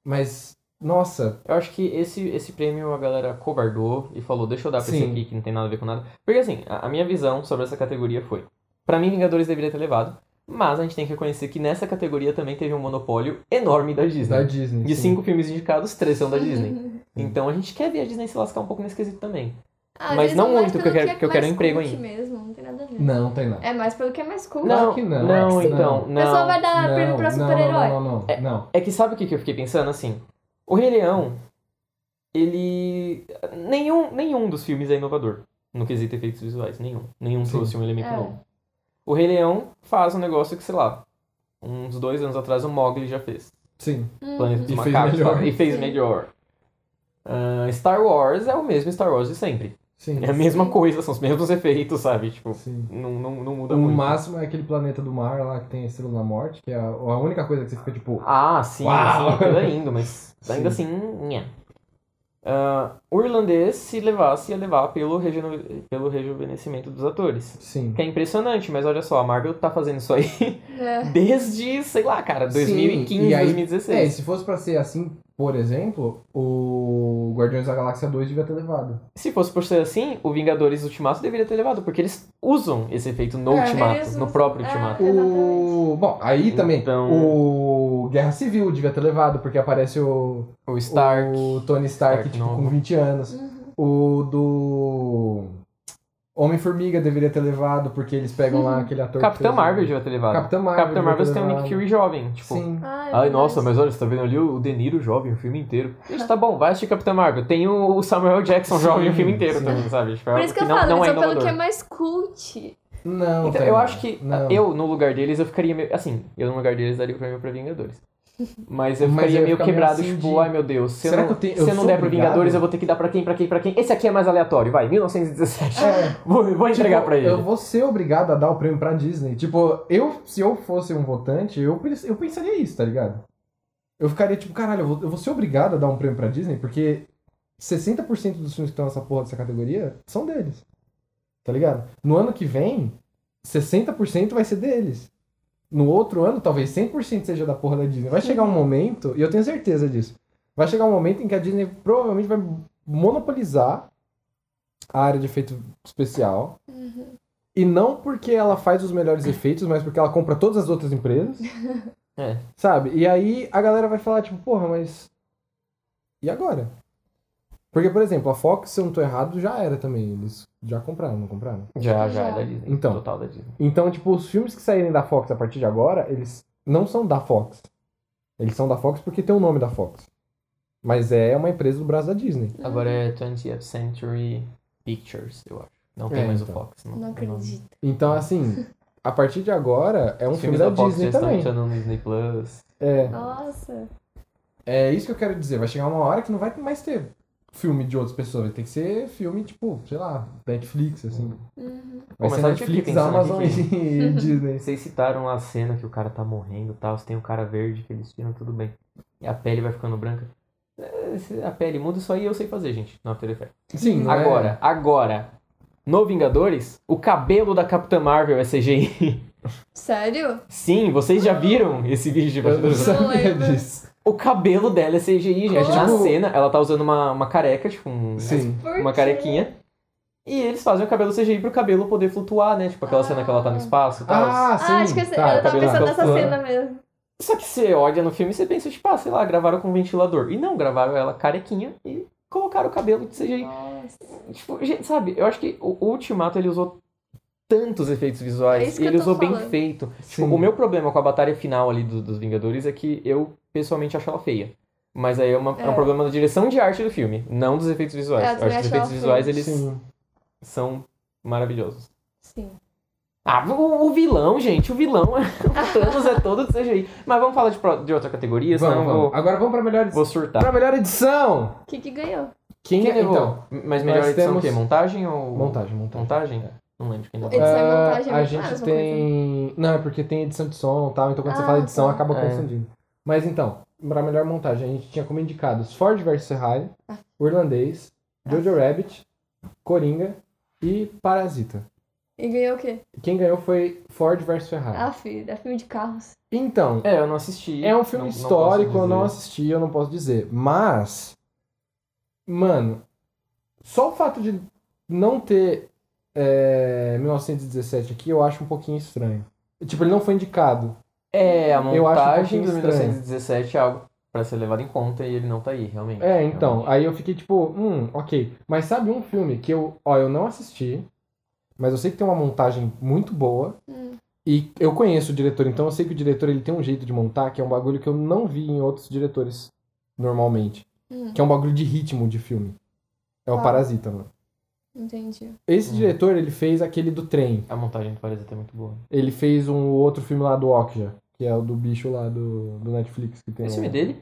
mas, nossa,
Eu acho que esse, esse prêmio a galera cobardou e falou, deixa eu dar pra esse
Sim.
aqui que não tem nada a ver com nada. Porque assim, a, a minha visão sobre essa categoria foi, pra mim Vingadores deveria ter levado, mas a gente tem que reconhecer que nessa categoria também teve um monopólio enorme da Disney.
da Disney. Uhum.
De
sim.
cinco filmes indicados, três são da Disney. Então a gente quer ver a Disney se lascar um pouco nesse quesito também.
Ah,
Mas
eles
não
vão mais
muito,
pelo
que eu quero-
é
que eu quero
mais
um emprego
cult
ainda.
Mesmo, não tem nada a ver.
Não, tem nada.
É mais pelo que é mais cool.
Claro
Não,
que
não,
não.
não
Sim.
então,
O pessoal
não.
vai dar prêmio pra Ah, super-herói.
Não, não, não, não, não.
É que sabe o que que eu fiquei pensando? Assim, o Rei Leão, ele. Nenhum, nenhum dos filmes é inovador no quesito efeitos visuais. Nenhum. Nenhum
Sim.
trouxe um elemento
É.
novo. O Rei Leão faz um negócio que, sei lá, uns dois anos atrás o Mogli já fez.
Sim.
Uhum.
Planeta dos
E fez
Macacos
melhor.
sabe? e fez
Sim.
melhor. Ah, Star Wars é o mesmo Star Wars de sempre.
Sim.
É a mesma
Sim.
coisa, são os mesmos efeitos, sabe? Tipo,
Sim.
não, não, não muda
O
muito.
máximo é aquele planeta do mar lá que tem a Estrela da Morte, que é a a única coisa que você fica tipo.
Ah, sim,
Uau!
sim, aquilo é lindo, mas ainda
Sim.
assim, nhé. Ah, o irlandês, se levasse, ia levar pelo, rejeno- pelo rejuvenescimento dos atores.
Sim.
Que é impressionante, mas olha só, a Marvel tá fazendo isso aí
É.
desde, sei lá, cara,
Sim,
2015,
e aí- É, e
2016.
se fosse pra ser assim, por exemplo, o Guardiões da Galáxia 2 devia ter levado.
Se fosse por ser assim, o Vingadores Ultimato deveria ter levado, porque eles usam esse efeito no
É,
Ultimato,
eles
no
usam-
próprio
é.
Ultimato.
O. Bom, aí também.
Então-
O Guerra Civil devia ter levado, porque aparece o.
O Stark.
O Tony Stark,
Stark
tipo,
novo.
com 20 anos. O
Uhum.
do. Homem-Formiga deveria ter levado, porque eles pegam
Uhum.
lá aquele ator. que
Capitão
fez o-
Marvel devia ter levado.
Capitão Marvel.
Capitão Marvel você tem o Nick Fury jovem, tipo.
Sim.
Ah, é
Ai, nossa,
verdade.
mas olha, você tá vendo ali o De Niro jovem o filme inteiro. Gente, tá bom, vai assistir Capitão Marvel. Tem o o Samuel Jackson
Sim,
jovem o filme inteiro
sim.
também, sabe? Tipo, é
Por
algo
isso que eu
não,
falo,
não
eles
é
vão pelo que é
inovador.
mais cult.
Não,
Então,
tem
eu
nada.
acho que
Não.
eu, no lugar deles, eu ficaria meio... Assim, eu no lugar deles daria o prêmio pra Vingadores. Mas eu
Mas
ficaria
eu ia
meio
ficar meio
quebrado,
assim
tipo,
de-
ai meu Deus, se
Será que
eu não,
eu tenho-
se
eu
não
sou
der pro
obrigado?
Vingadores, eu vou ter que dar pra quem, pra quem, pra quem. Esse aqui é mais aleatório, vai, 1917.
É.
Vou, vou entregar
Tipo,
pra ele.
Eu vou ser obrigado a dar o prêmio pra Disney. Tipo, eu, se eu fosse um votante, eu, pens- eu pensaria isso, tá ligado? Eu ficaria tipo, caralho, eu vou, eu vou ser obrigado a dar um prêmio pra Disney, porque 60% dos filmes que estão nessa porra dessa categoria são deles. Tá ligado? No ano que vem, 60% vai ser deles. No outro ano, talvez 100% seja da porra da Disney. Vai chegar um momento, e eu tenho certeza disso, vai chegar um momento em que a Disney provavelmente vai monopolizar a área de efeito especial. E não porque ela faz os melhores efeitos, mas porque ela compra todas as outras empresas.
É.
Sabe? E aí a galera vai falar, tipo, porra, mas. E agora? Porque, por exemplo, a Fox, se eu não tô errado, já era também. Eles já compraram, não compraram?
Já, já, é
Já.
da Disney.
Então.
Total da Disney.
Então, tipo, os filmes que saírem da Fox a partir de agora, eles não são da Fox. Eles são da Fox porque tem o nome da Fox. Mas é uma empresa do braço da Disney.
Hum.
Agora é 20th Century Pictures, eu acho. Não tem
É,
mais o
então.
Fox.
Não acredito.
Então, assim, a partir de agora é um
Os
filme
filmes
da,
da, Fox já
Disney
estão Ah.
também.
entrando no Disney Plus.
É.
Nossa.
É isso que eu quero dizer. Vai chegar uma hora que não vai mais ter filme de outras pessoas. Vai ter que ser filme, tipo, sei lá, Netflix, assim.
Uhum.
Vai
mas
ser
sabe o que eu fiquei
Netflix,
pensando
Amazon
aqui?
e Disney.
Vocês citaram a cena que o cara tá morrendo e tal, se tem um cara verde que eles tiram, tudo bem. E a pele vai ficando branca. É, se A pele muda, isso aí eu sei fazer, gente, no After Effects.
Sim,
Uhum.
não é-
Agora, agora, no Vingadores, o cabelo da Capitã Marvel é CGI.
Sério?
Sim, vocês já viram esse vídeo de
Tipo, Eu não
bastidores?
sabia
lembro.
disso.
O cabelo dela é CGI, gente.
Como?
Na cena, ela tá usando uma, uma careca, tipo um,
Sim.
Por
uma
quê?
carequinha. E eles fazem o cabelo CGI pro cabelo poder flutuar, né? Tipo aquela cena que ela tá no espaço e tal.
Ah, sim.
Ah, acho que eu, sei-
tá,
eu tava
cabelo
pensando nessa
calculado.
cena mesmo.
Só que você olha no filme e você pensa, tipo, ah, sei lá, gravaram com um ventilador. E não, gravaram ela carequinha e colocaram o cabelo de CGI.
Nossa.
Tipo, gente, sabe, eu acho que o o Ultimato ele usou tantos efeitos
É
visuais
isso
e
que
ele
eu tô
usou bem
falando.
feito. Tipo,
Sim.
O meu problema com a batalha final ali do- dos Vingadores é que eu pessoalmente acho ela feia. Mas aí é, uma- é um
É.
problema da direção de arte do filme, não dos efeitos visuais.
É, eu
eu acho
também
que os
acho ela
efeitos visuais
feia.
eles
Sim.
são maravilhosos.
Sim.
Ah, o, o vilão, gente, o vilão, o Thanos é todo de CGI. Mas vamos falar de, pro- de outra categoria, senão
Vamos,
eu vou...
vamos. Agora vamos pra melhor edição.
Vou surtar.
Pra melhor edição!
O que que ganhou?
Quem,
Quem levou?
então?
Mas melhor
nós
edição
temos-
o quê? Montagem ou.
Montagem, montagem.
Montagem?
É.
Não lembro quem levou.
Edição e
Ah,
montagem é
a
muito mais
gente
uma
tem. Não, é porque tem edição de som e tal, então quando você
Ah,
fala edição
tá.
acaba
É.
confundindo. Mas então, pra melhor montagem, a gente tinha como indicados Ford vs Ferrari,
Ah.
O Irlandês, Jojo Rabbit, Coringa e Parasita.
E ganhou o quê?
Quem ganhou foi Ford versus Ferrari.
Ah, filho, é filme de carros.
Então,
É, eu não assisti.
É um filme
não- não posso
histórico, eu
dizer.
não assisti, eu não posso dizer. Mas, mano, só o fato de não ter é, 1917 aqui, eu acho um pouquinho estranho. Tipo, ele não foi indicado.
É, a
Eu acho um
montagem
pouquinho
de 1917 é algo pra ser levado em conta e ele não tá aí, realmente.
É, então, aí eu fiquei tipo, hum, ok. Mas sabe um filme que eu, ó, eu não assisti, mas eu sei que tem uma montagem muito boa.
Hum.
E eu conheço o diretor, então eu sei que o diretor ele tem um jeito de montar que é um bagulho que eu não vi em outros diretores normalmente.
Hum,
Que é um bagulho de ritmo de filme. É o
Ah.
Parasita, mano.
entendi.
Esse
Hum.
diretor, ele fez aquele do trem.
A montagem do Parasita é muito boa.
Ele fez um outro filme lá do Okja, que é o do bicho lá do, do Netflix. Que tem
Esse
um-
filme dele?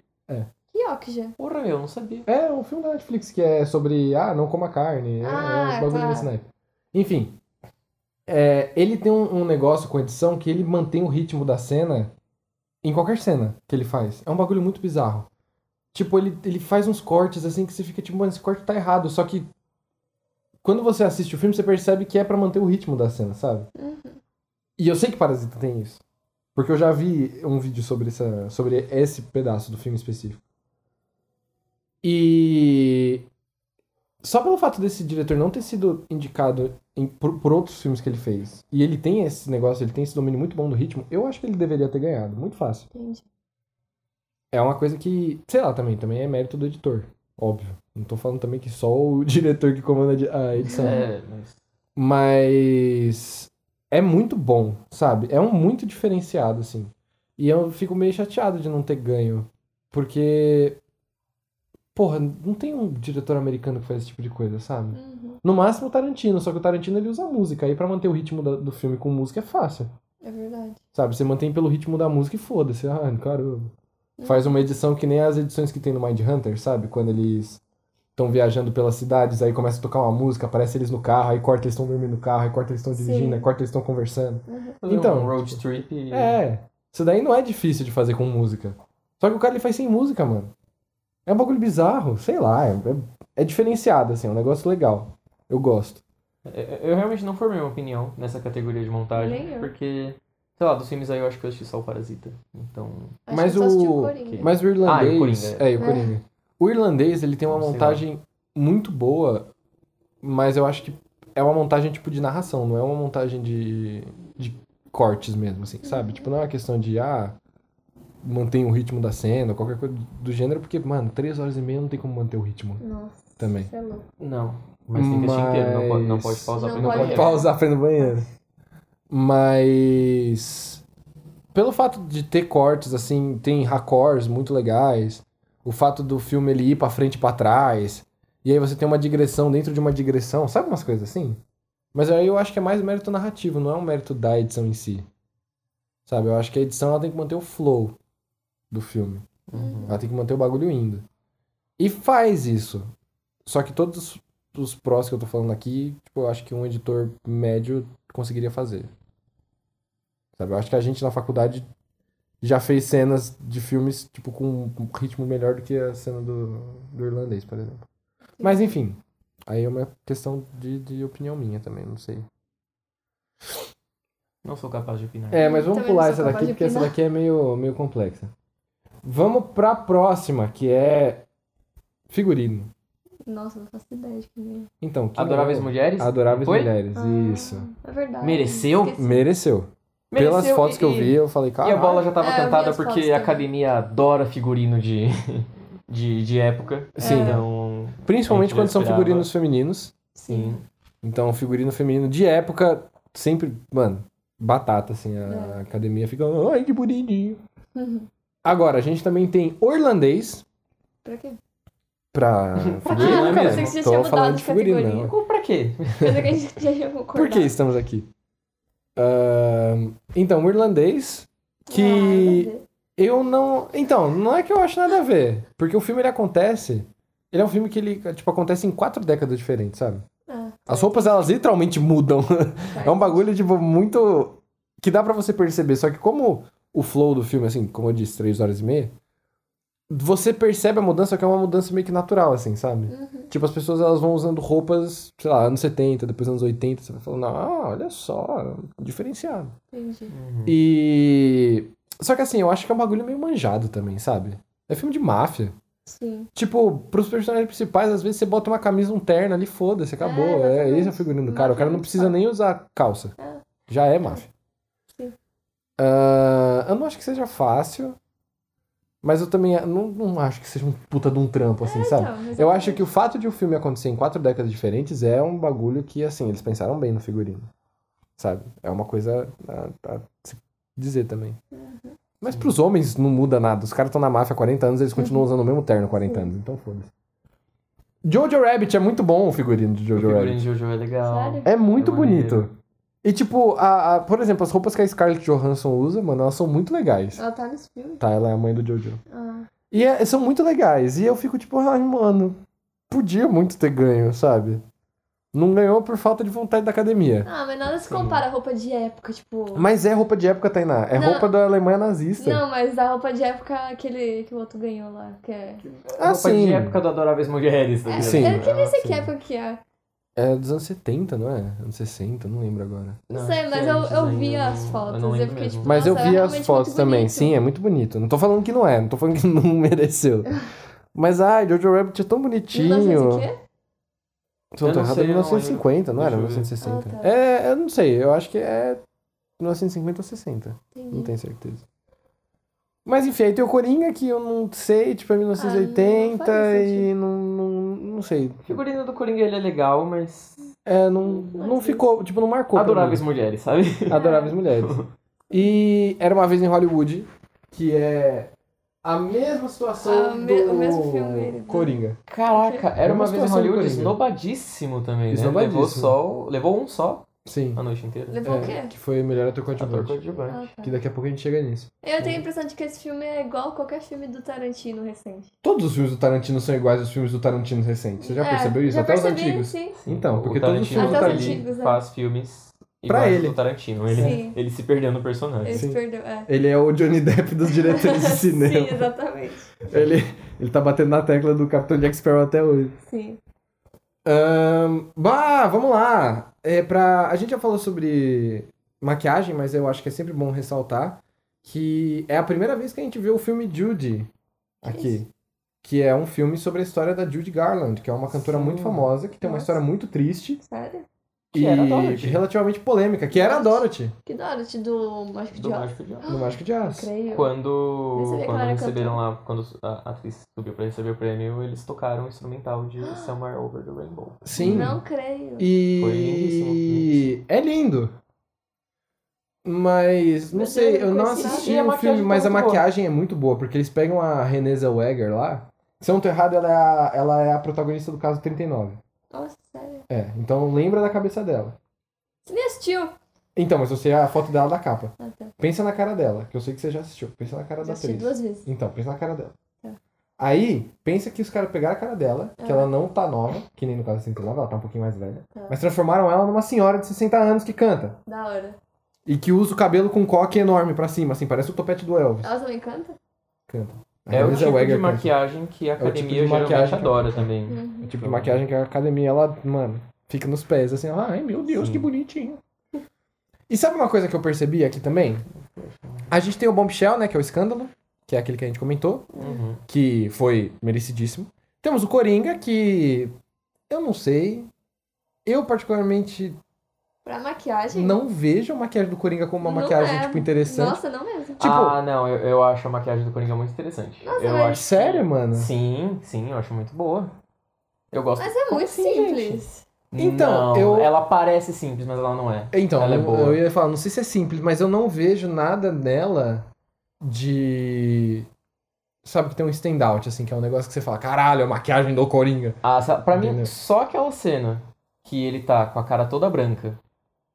Que Okja.
Porra, meu, eu não sabia.
É, um filme da Netflix que é sobre, ah, não coma carne. é- é,
Ah,
uns bagulho
tá.
nesse naipe. Enfim. é, ele tem um, um negócio com edição que ele mantém o ritmo da cena em qualquer cena que ele faz. É um bagulho muito bizarro. Tipo, ele, ele faz uns cortes assim que você fica tipo, mano, esse corte tá errado. Só que quando você assiste o filme, você percebe que é pra manter o ritmo da cena, sabe?
Uhum.
E eu sei que Parasita tem isso. Porque eu já vi um vídeo sobre, essa, sobre esse pedaço do filme específico. E. Só pelo fato desse diretor não ter sido indicado em- por, por outros filmes que ele fez, e ele tem esse negócio, ele tem esse domínio muito bom do ritmo, eu acho que ele deveria ter ganhado. Muito fácil.
Entendi.
É uma coisa que, sei lá, também, também é mérito do editor. Óbvio. Não tô falando também que só o diretor que comanda a di- a edição.
É, mas.
Mas é muito bom, sabe? É um muito diferenciado, assim. E eu fico meio chateado de não ter ganho. Porque. Porra, não tem um diretor americano que faz esse tipo de coisa, sabe?
Uhum,
No máximo o Tarantino, só que o Tarantino ele usa música. Aí pra manter o ritmo da- do filme com música é fácil.
é verdade.
Sabe? Você mantém pelo ritmo da música e foda-se. Ah, caramba. Faz uma edição que nem as edições que tem no Mind Hunter, sabe? Quando eles estão viajando pelas cidades, aí começa a tocar uma música, aparece eles no carro, aí corta eles estão dormindo no carro, aí corta eles estão
Sim.
dirigindo, aí corta eles estão conversando.
Fazer
Então,
Um road trip. e-
É. Isso daí não é difícil de fazer com música. Só que o cara ele faz sem música, mano. É um bagulho bizarro, sei lá. É, é- é diferenciado, assim, é um negócio legal. Eu gosto.
é, Eu eu realmente não formei uma opinião nessa categoria de montagem.
Nem eu.
Porque, sei lá, dos filmes aí eu acho que eu assisti só o Parasita. Então.
Acho
Mas
que eu só assisti
o-
o Coringa.
Mas o irlandês.
Ah, e o Coringa,
É, e o Coringa. O irlandês, ele tem uma
Sei lá.
montagem muito boa, mas eu acho que é uma montagem tipo de narração, não é uma montagem de, de cortes mesmo, assim, sabe? Tipo, não é uma questão de, ah, mantém o ritmo da cena, qualquer coisa do gênero, porque, mano, três horas e meia não tem como manter o ritmo
Nossa,
também.
você é louco.
Não. Mas tem que assistir inteiro, não pode, não
Mas-
pode pausar
Não
pra
Não
ir no
pode
pode
banheiro.
pausar pra ir no banheiro. Mas. Pelo fato de ter cortes, assim, tem raccords muito legais. O fato do filme ele ir pra frente e pra trás. E aí você tem uma digressão dentro de uma digressão. Sabe umas coisas assim? Mas aí eu acho que é mais mérito narrativo, não é um mérito da edição em si. Sabe? Eu acho que a edição ela tem que manter o flow do filme.
Uhum.
Ela tem que manter o bagulho indo. E faz isso. Só que todos os prós que eu tô falando aqui, tipo, eu acho que um editor médio conseguiria fazer. Sabe? Eu acho que a gente na faculdade já fez cenas de filmes, tipo, com um ritmo melhor do que a cena do, do irlandês, por exemplo. Mas enfim. Aí é uma questão de, de opinião minha também, não sei.
Não sou capaz de opinar.
É, mas
Eu
vamos
também não
pular
sou
essa daqui,
capaz de
porque essa
opinar.
daqui é meio, meio complexa. Vamos pra próxima, que é figurino.
Nossa, não faço ideia de quem é.
Então, que
Adoráveis
legal.
Mulheres?
Adoráveis
Foi?
Mulheres,
Ah,
isso.
É verdade.
Mereceu?
Esqueci.
Mereceu.
Mereceu
Pelas fotos
e-
que eu
e-
vi, eu falei,
E
cara.
a bola já tava
É, eu vi
cantada
as
porque
fotos
a
também.
academia adora figurino de, de, de época.
Sim.
Então,
Principalmente
Gente,
quando são
respirava.
figurinos femininos.
sim.
Então, figurino feminino de época, sempre, mano, batata, assim. A
É.
academia fica, ai, que bonitinho.
Uhum.
Agora, a gente também tem orlandês
Pra quê?
pra figurino,
não
né, cara?
é mesmo?
Ah, Pensei que você
Tô
já tinha
falando
mudado
de
de
figurino,
categoria.
não.
Ou pra quê?
Pensei que a gente já ia concordar.
Por que estamos aqui? Ahn, então, irlandês, que...
Ah,
Eu não. Então, não é que eu acho nada a ver. Porque o filme ele acontece. Ele é um filme que ele, tipo, acontece em quatro décadas diferentes, sabe?
Ah,
As roupas, elas literalmente mudam.
tá.
é um bagulho, tipo, muito. que dá pra você perceber. Só que como o flow do filme, assim, como eu disse, três horas e meia, você percebe a mudança, que é uma mudança meio que natural, assim, sabe? Tipo, as pessoas elas vão usando roupas, sei lá, anos 70, depois anos 80, você vai falando, ah, olha só, diferenciado.
Entendi.
Hum. E. Só que assim, eu acho que é um bagulho meio manjado também, sabe? É filme de máfia.
Sim.
Tipo, pros personagens principais, às vezes você bota uma camisa, um terno ali, foda-se, acabou.
É,
É,
exatamente.
esse é o figurino do cara. O
Máfia
cara
é
não
muito
precisa
fácil.
nem usar calça.
É.
Já é máfia.
Sim.
Ah, eu não acho que seja fácil, mas eu também não, não acho que seja um puta de um trampo, assim, sabe?
Então, mas
Eu acho que o fato de o filme acontecer em quatro décadas diferentes é um bagulho que, assim, eles pensaram bem no figurino. Sabe? É uma coisa a, a se dizer também. Mas pros homens não muda nada. Os caras estão na máfia há 40 anos, eles continuam usando o mesmo terno há 40 anos. Então foda-se. Jojo Rabbit é muito bom o figurino de
O
Jojo
figurino
Rabbit.
de Jojo é legal.
Sério?
É muito
É maneiro.
bonito. E tipo, a, a- por exemplo, as roupas que a Scarlett Johansson usa, mano, elas são muito legais.
Ela tá nos filmes.
Tá, ela é a mãe do Jojo.
Ah,
E é- são muito legais. E eu fico tipo, ai, mano, podia muito ter ganho, sabe? Não ganhou por falta de vontade da academia.
Ah, mas nada se
Sim.
compara a roupa de época, tipo.
Mas é roupa de época, Tainá. É
Não.
roupa da Alemanha nazista.
Não, mas a roupa de época aquele que o outro ganhou lá, que é.
Ah,
roupa
sim.
de época do Adoráveis Mulheres. Tá ligado?
Sim.
Eu queria
Ah,
ver
sim.
que época que é.
É dos anos 70, não é? Anos 60, não lembro agora.
Não sei, mas
é
eu,
antes
eu
ainda,
vi
eu
as
não-
fotos.
Eu, não
Eu,
lembro
fiquei
mesmo.
tipo.
Mas
nossa,
eu vi
é
as
realmente
fotos
muito
também.
bonito.
Sim, é muito bonito. Não tô falando que não é, não tô falando que não mereceu. Mas, ai, Jojo Rabbit é tão
1900
bonitinho.
e quê?
Se eu não tô
Eu não
errado, é
sei, eu não
1950, não era?
lembro.
1960.
Ah, tá.
É, eu não sei, eu acho que é 1950 ou 60. Não
Entendi.
tenho certeza. Mas enfim, aí tem o Coringa que eu não sei, tipo, é 1980
Ah, faz
e não, não, não sei.
O figurino do Coringa ele é legal, mas.
É, não,
Não
não
sei.
ficou, tipo, não marcou. pra
Adoráveis Mulheres, sabe?
mim. Adoráveis Mulheres. E Era Uma Vez em Hollywood, que é a mesma situação
Ah,
do
o me- o mesmo filme né? do-
Coringa.
Caraca, era
é Uma
uma vez em
situação do
Hollywood
Coringa.
esnobadíssimo também, né?
Esnobadíssimo.
Levou, só, levou um só
Sim.
a noite inteira.
Levou o
É,
quê?
que foi melhor ator
Ator
coadjuvante.
coadjuvante.
Ah, tá.
Que daqui a pouco a gente chega nisso.
Eu tenho a impressão de que esse filme é igual a qualquer filme do Tarantino recente.
Todos os filmes do Tarantino são iguais aos filmes do Tarantino recentes. Você já
É,
percebeu isso?
Já
Até os
percebi,
antigos.
Sim.
Então, porque
o
todos
Tarantino
os filmes
do
tá ali,
Tarantino- Antigos, né?
faz filmes
Pra
iguais
ele.
do Tarantino. Ele,
Sim.
ele se perdeu no personagem.
Ele se
Ah, Sim.
perdeu. É.
Ele é o Johnny Depp dos diretores de cinema.
Sim, exatamente.
Ele, ele tá batendo na tecla do Capitão Jack Sparrow até hoje.
Sim.
Ahn, bah, vamos lá. É pra, a gente já falou sobre maquiagem, mas eu acho que é sempre bom ressaltar que é a primeira vez que a gente vê o filme Judy aqui. Que é um filme sobre a história da Judy Garland, que é uma cantora
Sim.
muito famosa, que tem uma
Nossa.
história muito triste
Sério?
Que
e
era a Dorothy.
relativamente polêmica, que era a Dorothy,
Que Dorothy do Mágico de
Do
Oz.
Mágico de Oz.
no Mágico de Oz.
Creio. Nem
Quando,
sabia é que
quando
ela era
receberam lá, quando a atriz subiu pra receber o prêmio, eles tocaram o instrumental de Somewhere Over the Rainbow.
Sim.
Não creio. Foi
E
lindíssimo.
é lindo. Mas, não
Mas
sei,
eu
eu não
conheci-
assisti
E a
o
maquiagem
filme,
tá
mas a
muito boa.
maquiagem é muito boa, porque eles pegam a Renée Zellweger lá. Se eu não tô errado, ela é a, ela é a protagonista do caso 39.
Nossa, sério.
É, então lembra da cabeça dela.
Você nem assistiu?
Então, mas eu sei a foto dela da capa.
Ah, tá.
Pensa na cara dela, que eu sei que você já assistiu. Pensa na cara
Já
da
assisti
atriz.
duas vezes.
Então, pensa na cara dela.
É.
Tá.
Aí, pensa que os caras pegaram a cara dela, que
Ah.
ela não tá nova, que nem no caso 39, ela tá um pouquinho mais velha.
É.
Tá.
Mas transformaram ela numa senhora de 60 anos que canta.
Da hora.
E que usa o cabelo com um coque enorme pra cima, assim, parece o topete do Elvis.
Elas não encantam?
Canta. A
É o
Renée
tipo de
Zellweger canta.
maquiagem que a
tipo de
academia geralmente
maquiagem que-
adora também.
Uhum.
O tipo de maquiagem que a academia, ela, mano, fica nos pés, assim, ela, ai meu Deus,
Sim.
que bonitinho. E sabe uma coisa que eu percebi aqui também? A gente tem o Bombshell, né, que é o escândalo, que é aquele que a gente comentou,
Uhum.
que foi merecidíssimo. Temos o Coringa, que eu não sei. Eu, particularmente,
Pra maquiagem?
não vejo a maquiagem do Coringa como uma
Assim, Não
maquiagem,
é.
tipo, interessante.
Nossa, não mesmo.
Tipo-
ah, não, eu, eu acho a maquiagem do Coringa muito interessante.
Nossa,
eu
mas-
acho que-
Sério, mano?
Sim, sim, eu acho muito boa. Eu gosto.
Mas é muito
assim,
simples.
Então,
Não,
eu-
Ela parece simples, mas ela não é.
Então,
Ela é
eu,
boa.
eu ia falar, não sei se é simples, mas eu não vejo nada nela de. Sabe que tem um standout, assim, que é um negócio que você fala, caralho, a maquiagem do Coringa.
Ah, sa- pra mim,
Entendeu?
só aquela cena que ele tá com a cara toda branca.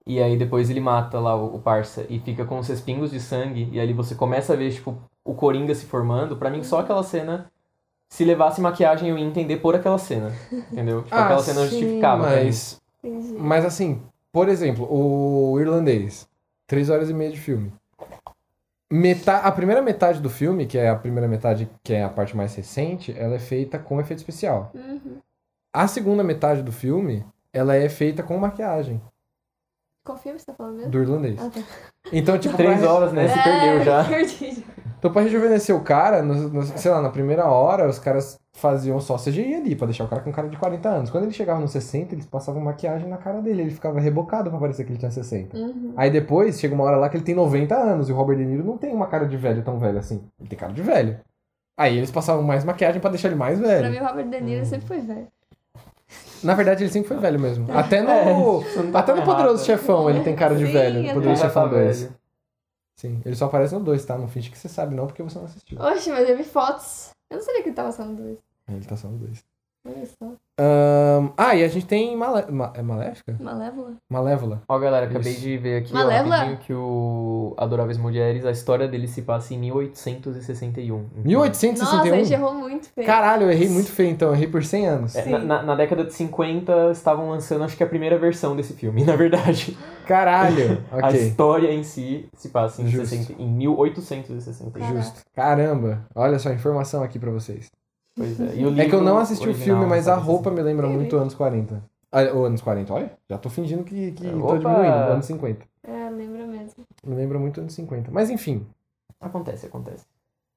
E aí depois ele mata lá o, o parça e fica com os respingos de sangue. E aí você começa a ver, tipo, o Coringa se formando. Pra mim,
Uhum.
só aquela cena. Se levasse maquiagem, eu ia entender por aquela cena. Entendeu? Tipo, aquela cena
Ah, sim,
justificava. né? pra mim.
Mas,
Entendi.
mas assim, por exemplo, o irlandês. Três horas e meia de filme. Meta... A primeira metade do filme, que é a primeira metade que é a parte mais recente, ela é feita com efeito especial.
Uhum.
A segunda metade do filme, ela é feita com maquiagem
Qual filme você tá falando mesmo?
do irlandês.
Ah, tá.
Então, tipo,
Três
pra-
horas, né? Se perdeu já.
Tá
perdi.
Então, pra rejuvenescer o cara, no- no- sei lá, na primeira hora, os caras faziam só CGI ali, pra deixar o cara com cara de 40 anos. Quando ele chegava nos 60, eles passavam maquiagem na cara dele, ele ficava rebocado pra parecer que ele tinha 60.
Uhum.
Aí depois, chega uma hora lá que ele tem 90 anos, e o Robert De Niro não tem uma cara de velho tão velho assim. Ele tem cara de velho. Aí eles passavam mais maquiagem pra deixar ele mais
Pra mim,
velho.
o Robert De Niro sempre foi velho.
Na verdade, ele sempre foi velho mesmo. Até no...
Isso não tá
Até no
errado.
Poderoso Chefão ele tem cara de
Sim,
velho,
eu
no
Ele
Poderoso
já tá
Chefão 2.
velho.
Sim, ele só aparece no 2, tá? Não finge que você sabe não, porque você não assistiu.
Oxe, mas eu vi fotos. Eu não sabia que ele tava sendo dois.
Ele tá só no 2.
Olha só.
Ahn, ah, e a gente tem Malé... Ma- é Maléfica?
Malévola.
Malévola.
Ó, galera, acabei
Isso.
de ver aqui ó,
Malévola?
rapidinho que o Adoráveis Mulheres, a história dele se passa em 1861. Então,
Nossa, a gente
1861?
errou muito feio.
Caralho, eu errei muito feio então, eu errei por 100 anos.
é, na,
Sim.
na- na década de 50, estavam lançando acho que a primeira versão desse filme, na verdade.
Caralho,
A
ok.
história em si se passa em,
Justo.
60, em 1861.
Caraca.
Justo. Caramba, olha só, informação aqui pra vocês.
Pois é. E o
É que eu
livro
não assisti o
original,
filme, mas a
sabe?
roupa me lembra
Entendi.
muito anos 40. Ah, Ou anos 40, olha. Já tô fingindo que, que tô
Opa!
diminuindo, anos 50.
É, lembra mesmo.
Me lembra muito anos 50. Mas enfim.
Acontece, acontece.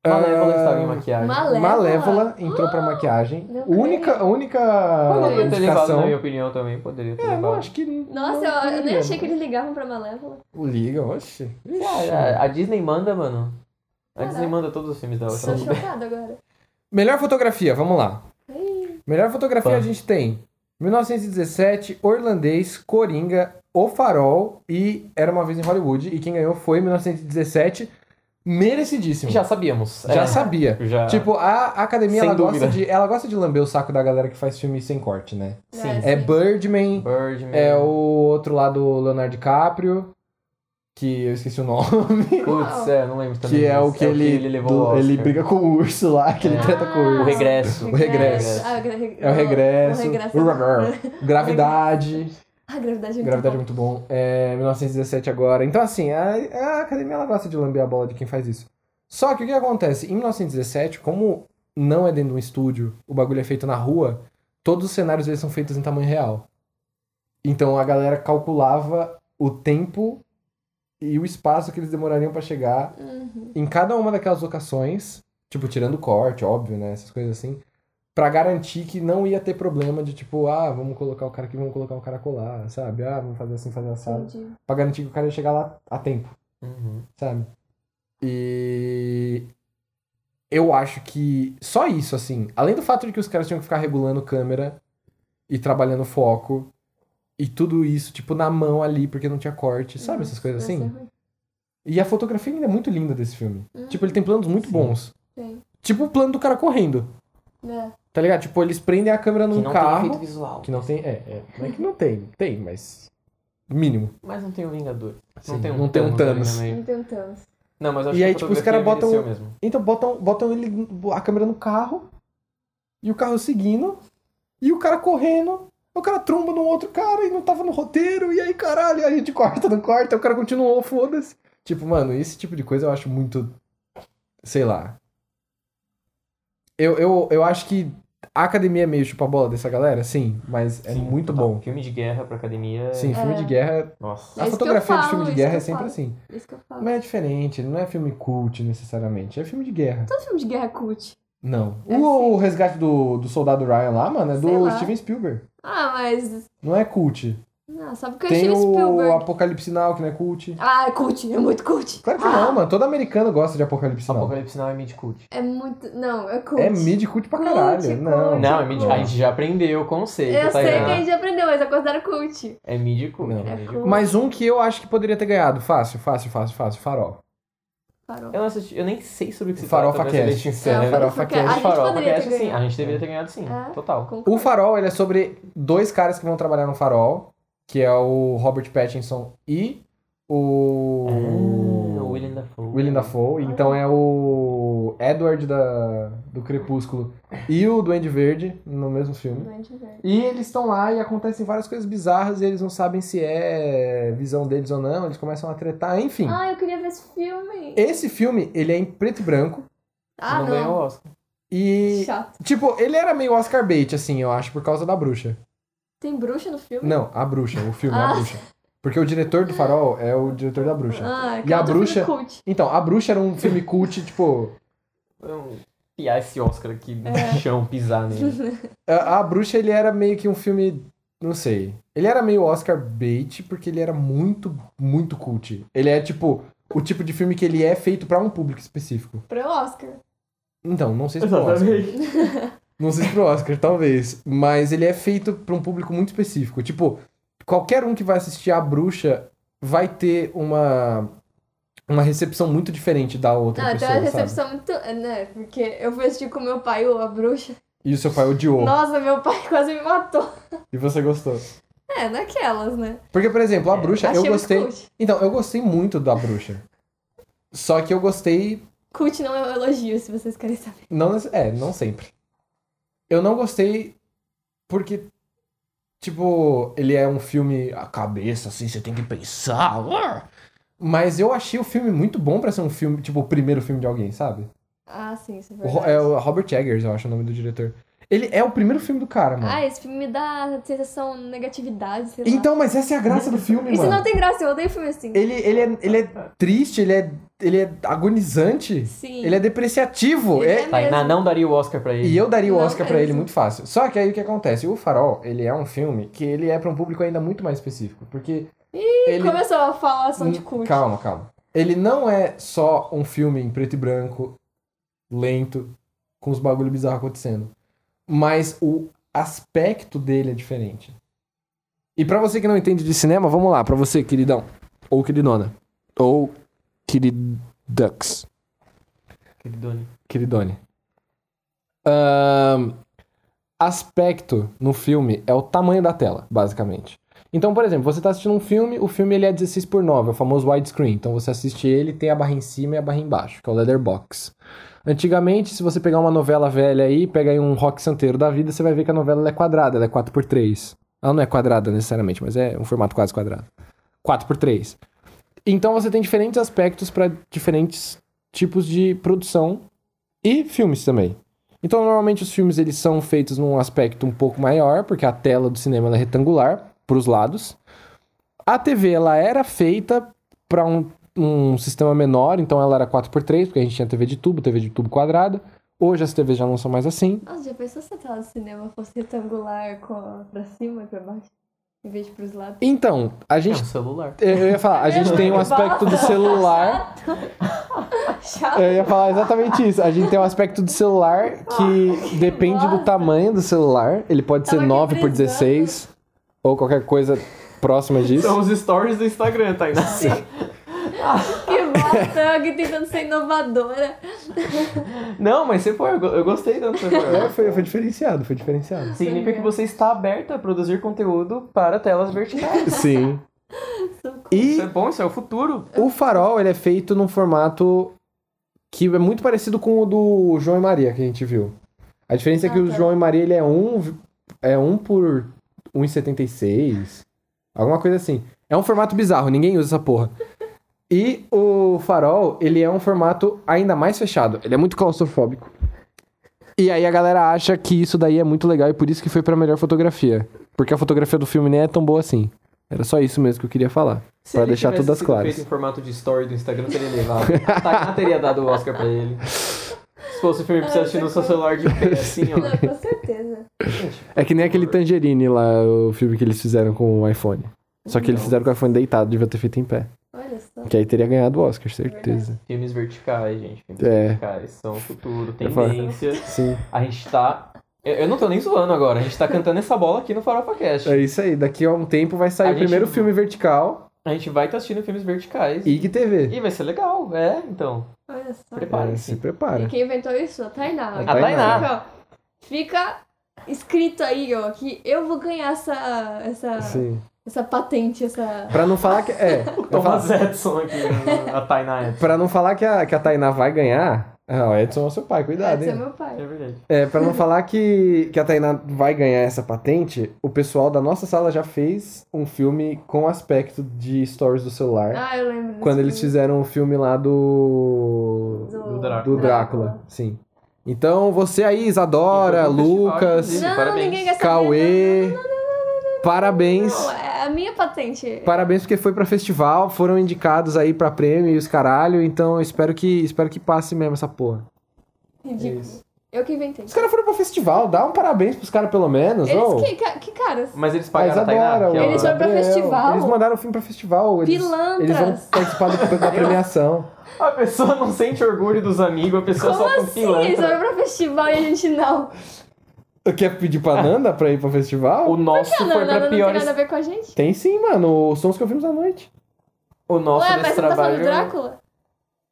Malévola
Ahn,
estava em maquiagem.
Malévola. Ah!
Malévola então. entrou pra maquiagem.
Não
Única,
creio.
única
Poderia ter levado, na
indicação.
minha opinião, também. Poderia ter
É, eu
levado.
acho que.
Nossa, eu, eu nem achei que eles ligavam pra Malévola.
O Liga, oxe. Ixi.
Ah, A, a Disney manda, mano. A
Caraca.
Disney manda todos os filmes dela.
Tô
sabe?
chocada agora.
Melhor fotografia, vamos lá.
Ih,
Melhor fotografia
Pã.
a gente tem 1917, Orlandês, Coringa, O Farol e Era Uma Vez em Hollywood. E quem ganhou foi 1917, merecidíssimo.
Já sabíamos.
Já
é.
sabia.
Já.
Tipo, a a academia,
Sem
ela gosta,
dúvida.
de, ela gosta de lamber o saco da galera que faz filme sem corte, né?
Sim.
É Birdman,
Birdman.
é o outro lá do Leonardo DiCaprio, que eu esqueci o nome.
Putz, é, não lembro também.
Que é o
mas
que, ele,
levou
do-
o Oscar.
ele briga com o urso lá, que ele
É.
treta com o
Ah,
urso.
O regresso.
O regresso.
Ah, o gre-
É o regresso.
O regresso.
O Gravidade.
Ah, gravidade é muito
Gravidade é
bom.
muito bom. É 1917 agora. Então, assim, a, a academia ela gosta de lamber a bola de quem faz isso. Só que o que acontece? Em 1917, como não é dentro de um estúdio, o bagulho é feito na rua, todos os cenários eles são feitos em tamanho real. Então a galera calculava o tempo e o espaço que eles demorariam pra chegar
Uhum.
em cada uma daquelas locações, tipo, tirando corte, óbvio, né? Essas coisas assim. Pra garantir que não ia ter problema de tipo, ah, vamos colocar o cara aqui, vamos colocar o cara colar, sabe? Ah, vamos fazer assim, fazer assado.
Entendi.
Pra garantir que o cara ia chegar lá a tempo,
Uhum.
sabe? E. Eu acho que só isso, assim. Além do fato de que os caras tinham que ficar regulando câmera e trabalhando foco e tudo isso, tipo, na mão ali, porque não tinha corte,
Uhum.
sabe? Essas coisas
Deve
assim.
ser ruim.
E a fotografia ainda é muito linda desse filme.
Hum,
Tipo, ele tem planos muito
Sim.
bons.
sim.
Tipo o plano do cara correndo.
É.
Tá ligado? Tipo, eles prendem a câmera
Que
num
não tem
carro.
efeito visual.
que não tem. É, é. Não é que não tem. Tem, mas. Mínimo.
Mas não tem o Vingador.
Sim,
não tem um
não tem um
Thanos. ali
Thanos.
no meio.
Não tem um Thanos.
Não, mas eu
E
acho que
aí,
a
tipo, os
fotografia
caras botam-
envelheceu mesmo.
Então botam, botam ele, a câmera no carro. E o carro seguindo. E o cara correndo. O cara tromba num outro cara e não tava no roteiro. E aí, caralho, aí a gente corta, não corta. O cara continuou, foda-se. Tipo, mano, esse tipo de coisa eu acho muito. Sei lá. Eu, eu, eu acho que a academia é meio chupa a bola dessa galera, sim. Mas é
Sim,
muito
total.
bom.
Filme de guerra pra academia. é-
Sim, filme
É.
de guerra. A
Nossa.
isso que eu
fotografia de
falo,
filme de
isso
guerra
que
é
eu
sempre
falo.
assim.
Isso que eu falo.
Mas é diferente, não é filme cult necessariamente, é filme de guerra.
Todo filme de guerra é cult.
Não.
É
o, o resgate do, do soldado Ryan lá, mano, é
Sei
do
lá.
Steven Spielberg.
Ah, mas...
Não é cult.
Não, só porque eu
Tem
achei
o
Spielberg.
Apocalipse Now, que não é cult.
Ah, é cult. É muito cult.
Claro que
Ah,
não, mano. Todo americano gosta de Apocalipse Now.
Apocalipse Now é mid-cult.
É muito... Não, é cult.
É mid cult pra
Cult,
caralho.
cult.
Não.
Não, é mid A gente já aprendeu o conceito,
Eu
tá
sei
Tainá.
que a gente aprendeu, mas eu considero cult.
É mid-cult.
Não.
é
É
mid-cult.
cult.
Mas um que eu acho que poderia ter ganhado. Fácil, fácil, fácil, fácil. Farol.
Farol.
Eu, não assisti, eu nem sei sobre o que se
Farofa
trata, pra ser bem
Cast.
sincero.
É, Farofa
porque a
Cast.
gente
Farofa
poderia ter
Cast, sim. A
ganhado.
gente deveria ter ganhado, sim.
É.
Total.
O
Concordo.
Farol, ele é sobre dois caras que vão trabalhar no Farol, que é o Robert Pattinson e o...
Ah, o William Dafoe.
William Dafoe. Então é o Edward da, do Crepúsculo e o Duende Verde no mesmo filme.
Duende Verde.
E eles estão lá e acontecem várias coisas bizarras e eles não sabem se é visão deles ou não, eles começam a tretar, enfim.
Ah, eu queria ver esse filme.
Esse filme, ele é em preto e branco
Ah,
não ganhou
não.
o Oscar.
e
Chato.
tipo, ele era meio Oscar bait assim, eu acho, por causa da bruxa.
Tem bruxa no filme?
Não, a bruxa, o filme, a
Ah.
bruxa. Porque o diretor do Farol é o diretor da bruxa.
Ah,
E a
outro filme
bruxa-
Cult.
Então, a bruxa era um filme cult, tipo,
Vamos piar um esse Oscar aqui no
É.
chão, pisar nele.
A, a Bruxa, ele era meio que um filme. Não sei. Ele era meio Oscar bait, porque ele era muito, muito cult. Ele é tipo. O tipo de filme que ele é feito pra um público específico.
Pro Oscar.
Então, não sei se pro Oscar. Não sei se pro Oscar, talvez. Mas ele é feito pra um público muito específico. Tipo, qualquer um que vai assistir A Bruxa vai ter uma. Uma recepção muito diferente da outra
Ah, tem
pessoa,
uma
sabe?
recepção muito. Né? Porque eu fui assistir com meu pai, o A Bruxa.
E o seu pai odiou.
Nossa, meu pai quase me matou.
E você gostou.
É, naquelas, né?
Porque, por exemplo, A Bruxa, eu
Achei muito
gostei...
Cult.
Então, eu gostei muito da bruxa. Só que eu gostei.
Cult não é um elogio, se vocês querem saber.
Não, nece- é, não sempre. Eu não gostei porque. Tipo, ele é um filme a cabeça, assim, você tem que pensar. uar. Mas eu achei o filme muito bom pra ser um filme, tipo, o primeiro filme de alguém, sabe?
Ah, sim, isso é
O Ro-
verdade.
é o Robert Eggers, eu acho o nome do diretor. Ele é o primeiro filme do cara, mano.
Ah, esse filme me dá sensação de negatividade, sei lá.
então, mas essa é a graça do filme,
Isso
mano.
não tem graça, eu odeio filme assim.
Ele, ele, é, ele é triste, ele é, ele é agonizante,
Sim.
ele é depreciativo.
Ele
é-
é
Tá, Tainá
mesmo.
não daria o Oscar pra ele.
E eu daria o
Não é
Oscar pra
mesmo.
ele muito fácil. Só que aí o que acontece? O Farol, ele é um filme que ele é pra um público ainda muito mais específico, porque ele Hum,
Começou a falação de cult.
Calma, calma. Ele não é só um filme em preto e branco, lento, com os bagulho bizarro acontecendo, mas o aspecto dele é diferente. E pra você que não entende de cinema, vamos lá, pra você, queridão ou queridona, ou queridux.
Queridone.
Queridone. Ahn, aspecto no filme é o tamanho da tela, basicamente. Então, por exemplo, você tá assistindo um filme, o filme ele é 16 por 9, é o famoso widescreen. Então você assiste ele, tem a barra em cima e a barra embaixo, que é o letterbox. Antigamente, se você pegar uma novela velha aí, pega aí um rock santeiro da vida, você vai ver que a novela ela é quadrada, ela é 4 por 3. Ela não é quadrada necessariamente, mas é um formato quase quadrado. 4 por 3. Então você tem diferentes aspectos para diferentes tipos de produção e filmes também. Então, normalmente os filmes eles são feitos num aspecto um pouco maior, porque a tela do cinema ela é retangular para os lados. A TV ela era feita para um, um sistema menor, então ela era 4x3, porque a gente tinha TV de tubo, TV de tubo quadrada. Hoje as TVs já não são mais assim.
Nossa, já pensou se a tela do cinema fosse retangular com a- pra cima e pra baixo? Em vez de pros lados?
Então, a
É um
gente.
celular.
Eu ia falar, a gente tem um aspecto do celular.
Chato.
Eu ia falar exatamente isso. A gente tem um aspecto do celular que depende do
bosta.
tamanho do celular. Ele pode
Ah, Tava
ser
aqui
9 por
brisando.
16 ou qualquer coisa próxima disso.
São os stories do Instagram, Tainá.
Que bosta, eu aqui tentando ser inovadora.
Não, mas você foi. Eu go- eu gostei tanto. que você foi.
É, foi, foi diferenciado, foi diferenciado.
Significa
é.
que você está aberta a produzir conteúdo para telas verticais.
Sim.
Isso
E
é bom, isso é o futuro.
o farol, ele é feito num formato que é muito parecido com o do João e Maria que a gente viu. A diferença é que
Ah,
o
tá.
João e Maria ele é um vi- é um por 1,76, alguma coisa assim. É um formato bizarro, ninguém usa essa porra. E o Farol, ele é um formato ainda mais fechado, ele é muito claustrofóbico. E aí a galera acha que isso daí é muito legal e por isso que foi pra melhor fotografia, porque a fotografia do filme nem é tão boa assim. Era só isso mesmo que eu queria falar.
Se
Pra
ele
deixar
tivesse
tudo às
sido
claras.
feito em formato de story do Instagram, teria levado. A Tainá teria dado o Oscar pra ele. Se fosse o filme pra você assistir no seu celular de pé, assim, ó.
Não, com certeza.
Gente,
É que nem aquele Tangerine lá, o filme que eles fizeram com o iPhone. Só que eles
Não.
fizeram com o iPhone deitado, devia ter feito em pé.
Olha só.
Que aí teria ganhado o Oscar, certeza.
Filmes verticais, gente. Filmes
É.
verticais são o futuro,
Eu falo.
tendência.
Sim.
A gente tá. Eu, eu não tô nem zoando agora, a gente tá cantando essa bola aqui no Farofa Cast.
É isso aí, daqui a um tempo vai sair
A
o primeiro
gente-
filme vertical,
A gente vai estar assistindo filmes verticais. E...
IG TV.
vai ser legal, é, então.
Olha só.
É, se
Preparem-se.
prepara.
E quem inventou isso? A Tainá.
A
Tainá.
Fica, ó, fica escrito aí, ó, que eu vou ganhar essa, essa
Sim.
Essa patente, essa.
Pra não falar que. É. pra falar-
Thomas Edison aqui, né, a Tainá Edison.
Pra não falar que a, que a Tainá vai ganhar. Ah, o Edson é o seu pai, cuidado,
Esse é
hein?
meu pai.
É verdade.
É, pra não falar que, que a Tainá vai ganhar essa patente, o pessoal da nossa sala já fez um filme com aspecto de stories do celular.
Ah, eu lembro. desse
É quando eles
filme.
fizeram o filme lá do.
do Drácula.
do Drácula, sim. Então você aí, Isadora,
Inclusive, foi um festival,
Lucas,
inclusive.
Não,
Parabéns.
ninguém quer saber.
Cauê, parabéns.
Não, é a minha patente.
Parabéns porque foi pra festival, foram indicados aí pra prêmio e os caralho, então espero que espero que passe mesmo essa porra.
Ridículo.
Isso.
Eu que inventei.
Os caras foram pra festival, dá um parabéns pros caras pelo menos, ô.
Eles que, ca- que caras?
Mas eles
A
pagaram a Tainá?
Isadora,
que
o
é
Eles
uma-
foram pra
Gabriel,
festival?
Eles mandaram o filme pra festival. Eles,
Pilantras.
eles vão participar do- da premiação.
A pessoa não sente orgulho dos amigos, a pessoa
Como
só
assim?
confia.
Eles foram pra festival e a gente não.
Quer pedir pra Nanda pra ir pro festival?
O nosso
Não,
foi
não, não,
pra
não tem
piores.
nada a ver com a gente.
Tem sim, mano. Os sons que ouvimos à noite.
O nosso
Ué, mas
desse
você tá falando
trabalho.
do Drácula?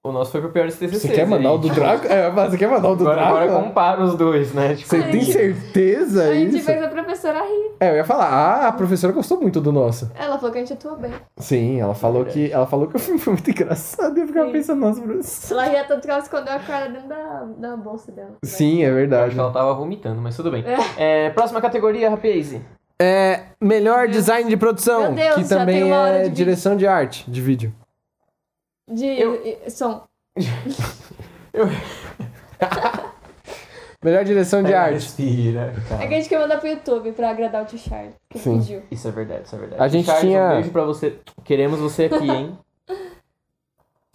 o nosso foi pro piores TCC.
Você quer mandar o do Drácula? É, mas você quer mandar o do
Agora,
Drácula?
agora compara os dois, né? Tipo,
Você tem
gente-
certeza
a gente
É isso?
fez a professora rir.
É, eu ia falar, ah, a professora gostou muito do nosso.
Ela falou que a gente atua bem.
Sim,
É
ela falou que ela falou que o filme foi muito engraçado e eu ficava
Sim.
pensando, nossa, professora.
Ela ria tanto que ela escondeu a cara dentro da, da bolsa dela.
Sim, é
Acho
verdade.
que ela tava vomitando, mas tudo bem. É, próxima categoria, Rapaze.
É, melhor design de produção,
Meu Deus,
que
já tem
também
uma hora de
é
vídeo.
direção de arte, de vídeo.
De
Eu-
e- som.
Melhor direção de
É,
arte.
Respira. cara.
É que a gente quer mandar pro YouTube pra agradar o tio Charles, que
Sim.
pediu.
Isso é verdade, isso é verdade.
A gente
Charles,
tinha-
Um beijo pra você. Queremos você aqui, hein?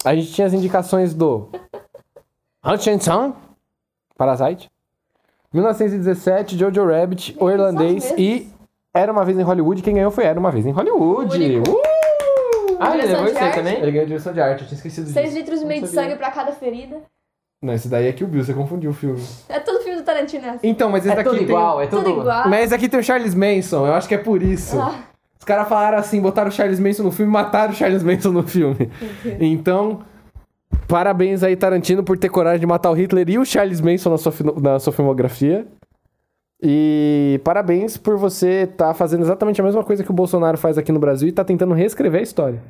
A gente tinha as indicações do Ancient Song, Parasite, 1917, Jojo Rabbit,
é
O
Meu, são
Irlandês
as
e
mesmas.
Era Uma Vez em Hollywood. Quem ganhou foi Era Uma Vez em Hollywood.
Único.
Uh!
Ah, ele
Direção
levou
de
isso aí
arte?
também?
ganhou direção de arte, eu tinha esquecido
6 litros e meio de
sabia.
sangue pra cada ferida.
Não, esse daí é Kill Bill, você confundiu o filme.
É todo filme do Tarantino, é assim.
Então, mas esse
É
daqui
tudo
tem...
igual, é tudo...
Tudo igual.
Mas esse daqui tem o Charles Manson, eu acho que é por isso.
Ah,
Os caras falaram assim, botaram o Charles Manson no filme, mataram o Charles Manson no filme. Então, parabéns aí, Tarantino, por ter coragem de matar o Hitler e o Charles Manson na sua, fino- na sua filmografia. E parabéns por você estar fazendo exatamente a mesma coisa que o Bolsonaro faz aqui no Brasil e tá tentando reescrever a história.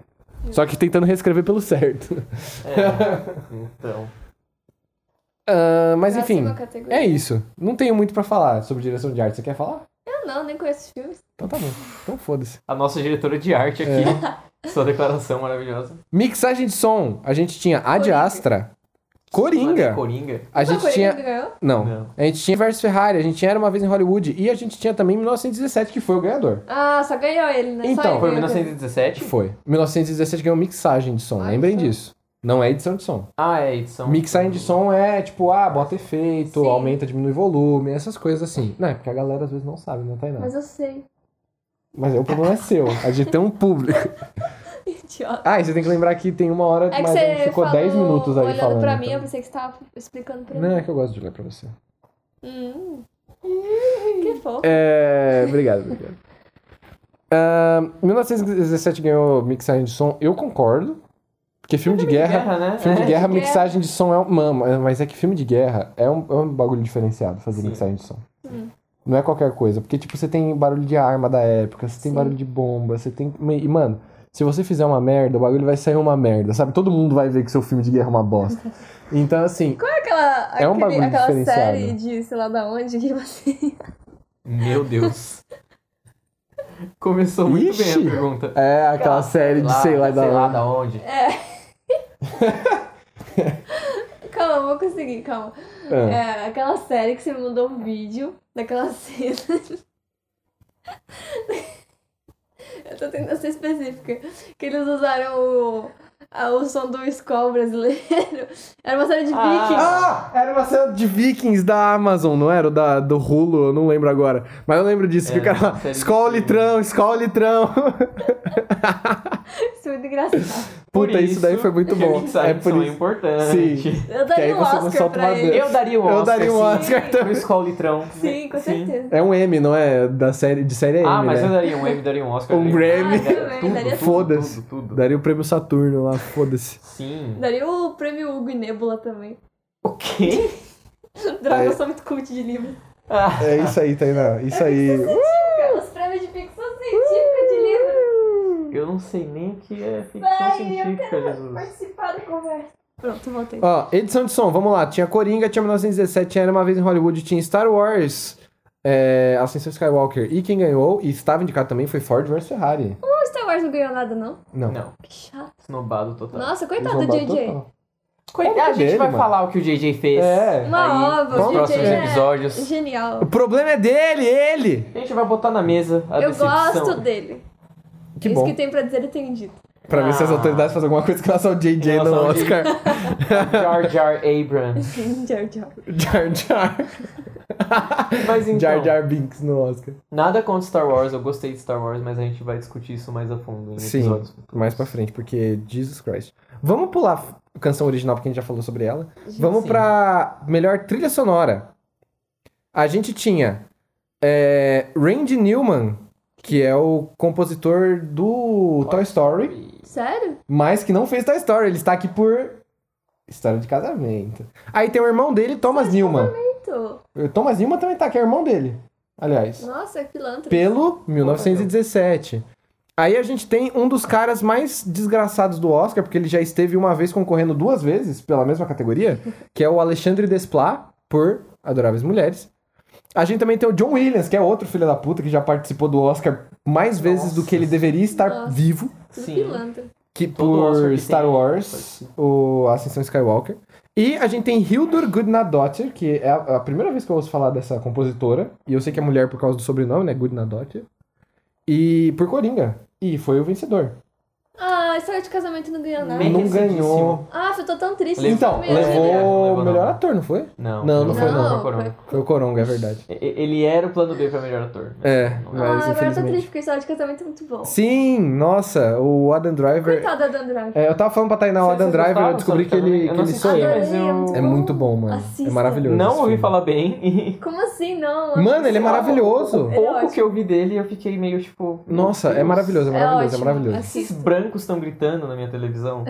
Só que tentando reescrever pelo certo.
É. Então...
Ah, mas enfim,
próxima categoria.
é isso. Não tenho muito pra falar sobre direção de arte. Você quer falar?
Eu não, nem conheço os filmes.
Então tá bom. Então foda-se.
A nossa diretora de arte aqui. Sua declaração maravilhosa.
Mixagem de som. A gente tinha Ad
Coringa.
Astra.
Mas é
Coringa.
Coringa.
A
Foi
gente
Coringa
tinha.
que ganhou?
Não.
Não.
A gente tinha Versus Ferrari, a gente tinha Era Uma Vez em Hollywood e a gente tinha também 1917, que foi o ganhador.
Ah, só ganhou ele, né?
Então,
só ele
Foi em
ganhou.
1917?
Foi. 1917 ganhou mixagem de som,
Ah,
lembrem
então.
disso. Não é edição de som.
Ah, é edição.
Mixagem de som é tipo, ah, bota efeito,
Sim.
aumenta, diminui volume, essas coisas assim. Não, é porque a galera às vezes não sabe, não tá aí nada.
Mas eu sei.
Mas o problema é seu, a gente tem um público.
Idiota.
Ah, e você tem que lembrar que tem uma hora,
É que
mas a gente
você
ficou
falou,
10 minutos aí
olhando
falando.
pra mim, eu
então.
pensei que você tava explicando pra
Não,
mim.
é que eu gosto de olhar pra você.
Hum. Que fofo.
É. Obrigado, obrigado. Ah, Ahn, 1917 ganhou mixagem de som, eu concordo. Porque filme de guerra.
Guerra, né?
Filme de
É.
guerra,
de guerra.
mixagem de som é um. Mano, mas é que filme de guerra é um, é um bagulho diferenciado fazer
Sim.
mixagem de som.
Hum.
Não é qualquer coisa. Porque, tipo, você tem barulho de arma da época, você tem
Sim.
barulho de bomba, você tem. E, mano, se você fizer uma merda, o bagulho vai sair uma merda, sabe? Todo mundo vai ver que seu filme de guerra é uma bosta. Então, assim.
Qual é aquela,
É um
aquele-
bagulho
aquela
diferenciado.
série de sei lá da onde que você.
Meu Deus. Começou muito
Ixi.
bem a pergunta.
É aquela série de sei lá da.
sei lá da onde.
Calma, eu vou conseguir, calma.
Ah.
É aquela série que você me mandou um vídeo daquela cena. eu tô tentando ser específica. Que eles usaram o, a- o som do Skol brasileiro. Era uma série de
Ah.
vikings.
Ah, era uma série de Vikings da Amazon, não era? Ou Da, do Hulu, eu não lembro agora. Mas eu lembro disso, que o
Era
cara
uma
fala,
série de
escola
filmes."
litrão, escola litrão.
Isso é muito engraçado.
Por
Puta, isso, daí foi muito
que
bom.
Mixagem
É
de
por
som é
isso.
importante.
Sim.
Eu
Que aí
daria um
você não
Oscar
solta uma
pra ele.
dança.
Eu daria um Oscar.
Eu daria um
sim.
Oscar
Pro
também.
Skol Litrão.
Sim, com certeza.
É um M, não é? Da série, de série M,
Ah, mas eu
né?
daria um M, daria um Oscar.
Um
daria
Grammy.
Oscar,
Ah, também,
tudo,
daria
tudo,
Foda-se.
Tudo, tudo.
Daria o prêmio Saturno lá, foda-se.
Sim.
Daria o prêmio Hugo e Nebula também.
O quê?
Droga,
É.
eu sou muito cult de livro.
Ah,
É isso aí, Tainá. Isso aí.
Os prêmios de ficção científica de livro.
Eu não sei nem o que é ficção
Vai, eu
científica,
quero
Jesus.
participar do conversa. Pronto, voltei.
Ó, edição de som, vamos lá. Tinha Coringa, tinha 1917, tinha Era Uma Vez em Hollywood, tinha Star Wars, é, Ascensão Skywalker e quem ganhou, e estava indicado também, foi Ford vs Ferrari.
O Star Wars não ganhou nada, não?
Não.
Não,
Que chato.
snobado total.
Nossa,
Tá. eles
coitado do
roubaram
JJ.
total.
Coitado, a gente
dele,
vai
mano.
falar o que o JJ fez.
É.
Uma
Aí,
ova,
nos
o
próximos
JJ é
episódios.
Genial.
O problema é dele, ele!
A gente vai botar na mesa a
Eu
decepção.
gosto dele.
Que
Isso
bom.
que tem pra dizer ele tem dito.
Pra ver se as
Ah.
autoridades fazem alguma coisa com relação ao JJ
Em
no
relação ao
Oscar.
Jar Jar Abrams.
Jar Jar.
Jar Jar.
Mas então,
Jar Jar Binks no Oscar.
nada contra Star Wars, eu gostei de Star Wars, mas a gente vai discutir isso mais a fundo em
Sim.
episódios.
Mais pra frente, porque Jesus Christ. Vamos pular a canção original, porque a gente já falou sobre ela. Vamos
Sim.
pra melhor trilha sonora. A gente tinha é, Randy Newman, que é o compositor do Toy Story,
Sério?
mas que não fez Toy Story. Ele está aqui por história de casamento. Aí tem o irmão dele,
Ah,
Thomas Newman.
Muito.
O Thomas Newman também tá, que é irmão dele, aliás.
Nossa, que pilantra.
Pelo 1917. Aí a gente tem um dos caras mais desgraçados do Oscar, porque ele já esteve uma vez concorrendo duas vezes pela mesma categoria, que é o Alexandre Desplat, por Adoráveis Mulheres. A gente também tem o John Williams, que é outro filho da puta, que já participou do Oscar mais vezes do
Nossa.
que ele deveria estar
Nossa.
vivo,
Tudo
Sim.
pilantra.
que
Todo Oscar
por
que
Star
tem,
Wars, o Ascensão Skywalker. E a gente tem Hildur Gudnadottir, que é a a primeira vez que eu ouço falar dessa compositora, e eu sei que é mulher por causa do sobrenome, né, Gudnadottir. E por Coringa. E foi o vencedor.
Ah, história de casamento não ganhou nada.
Meio
não
recentíssimo.
ganhou.
Ah, eu tô tão triste.
Levou-
então,
Meu Deus.
levou
Levou
o
não.
melhor ator, não foi?
Não,
Não, não foi, não.
Foi Corona.
Foi o Coronga, é verdade.
E- Ele era o plano B pra melhor ator. mas
É,
não
mas-
era.
Ah, agora eu tô
infelizmente.
triste porque história de casamento é muito bom.
Sim, nossa, o Adam Driver.
Coitada da Andrade.
É, eu tava falando pra Tainá o
Vocês
Adam Driver, eu
gostaram,
descobri
sabe,
que ele,
também?
que
Eu não
ele
assisti,
sonhou.
Adorei,
mas eu-
é muito
É
bom.
muito bom, mano.
Assista.
É maravilhoso.
Não
esse
ouvi
filme. é
falar bem e
Como assim, não?
Mano, ele é
Assista.
maravilhoso.
Ele é
pouco
ótimo.
que eu vi dele eu fiquei meio tipo. meu
Nossa, é
Deus,
maravilhoso, é maravilhoso, é,
ótimo.
maravilhoso.
Esses
Assista.
brancos estão gritando na minha televisão.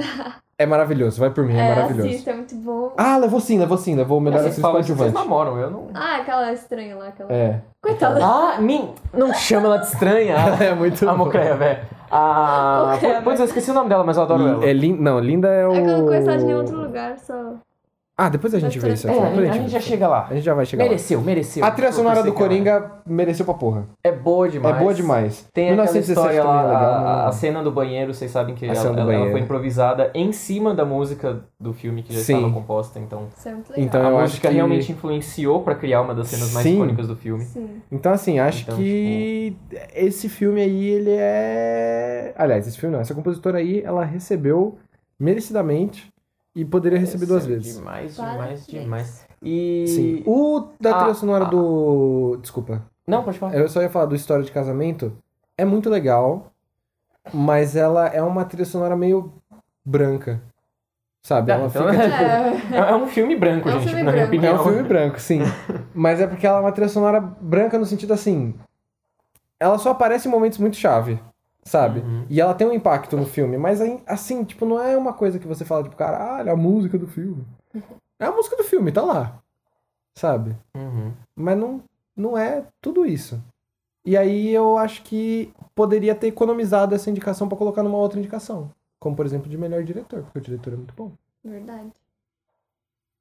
É maravilhoso, vai por mim, é,
É,
maravilhoso.
assista, é muito bom.
Ah, levou sim, levou sim, levou o melhor
Vocês
atriz
falam isso, vocês
coadjuvante.
namoram, eu não.
Ah, aquela estranha lá, aquela.
É.
Coitada.
Ah, min... não chama ela de estranha.
É muito
A
bom.
Mocreia, velho. A.
Mocreia,
Pois eu esqueci o nome dela, mas eu adoro ela.
É lin... Não, linda é o.
É que eu não conheço ela de nenhum outro lugar, só.
Ah, depois a gente vê isso.
É,
depois
a gente já chega lá.
A gente já vai chegar lá.
Mereceu, mereceu.
A trilha
Eu
sonora
sei
do
que ela
Coringa mereceu pra porra.
É boa demais.
É boa demais.
Tem aquela
1917
história lá,
também é legal,
a,
né?
a cena do banheiro, vocês sabem que
A
ela,
cena do
ela- ela
banheiro.
foi improvisada em cima da música do filme que já
Sim.
estava composta, então
Isso é muito legal.
Então
a
eu acho que.
música realmente influenciou pra criar uma das cenas mais
Sim.
icônicas do filme.
Sim.
Então, assim, acho
Então,
que esse filme aí, ele é. Aliás, esse filme não. Essa compositora aí, ela recebeu merecidamente e poderia receber duas
Mereceu
vezes.
Demais,
Parabéns.
é demais, demais. E.
Sim. O da
Ah,
trilha sonora
ah.
do. Desculpa.
Não, pode falar.
Eu só ia falar do História de Casamento. É muito legal, mas ela é uma trilha sonora meio branca. Sabe?
Ah,
ela
então-
fica, tipo,
É,
É, é um filme branco,
É um
gente,
filme
na minha
branco.
É
opinião.
um filme branco, sim. Mas é porque ela é uma trilha sonora branca no sentido assim. Ela só aparece em momentos muito chave, sabe?
Uhum.
E ela tem um impacto no filme, mas aí, assim, tipo, não é uma coisa que você fala, tipo, caralho, a música do filme. É a música do filme, tá lá. Sabe?
Uhum.
Mas não, não é tudo isso. E aí eu acho que poderia ter economizado essa indicação pra colocar numa outra indicação. Como, por exemplo, de melhor diretor, porque o diretor é muito bom.
verdade.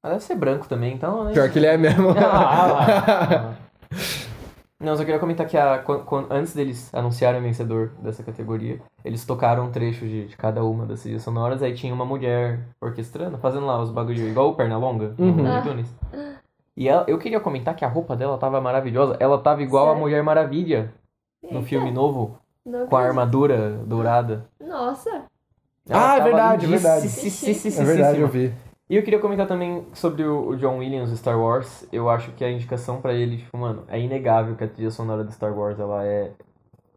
Mas deve ser branco também, então. né?
Pior que ele é mesmo.
Ah, lá. Não, só queria comentar que a- quan- quan- antes deles anunciarem o vencedor dessa categoria, eles tocaram um trecho de, de cada uma das trilhas sonoras, aí tinha uma mulher orquestrando, fazendo lá os bagulho, igual o Pernalonga,
Uhum.
no
Ah.
iTunes. E ela- eu queria comentar que a roupa dela tava maravilhosa, ela tava igual a
Sério?
Mulher Maravilha no
Eita,
filme novo,
não
com a
acredito.
armadura dourada.
Nossa.
Ah, é
tava
verdade, é verdade.
lindíssima.
É verdade, eu vi.
E eu queria comentar também sobre o o John Williams do Star Wars. Eu acho que a indicação pra ele, tipo, mano, é inegável que a trilha sonora do Star Wars, ela é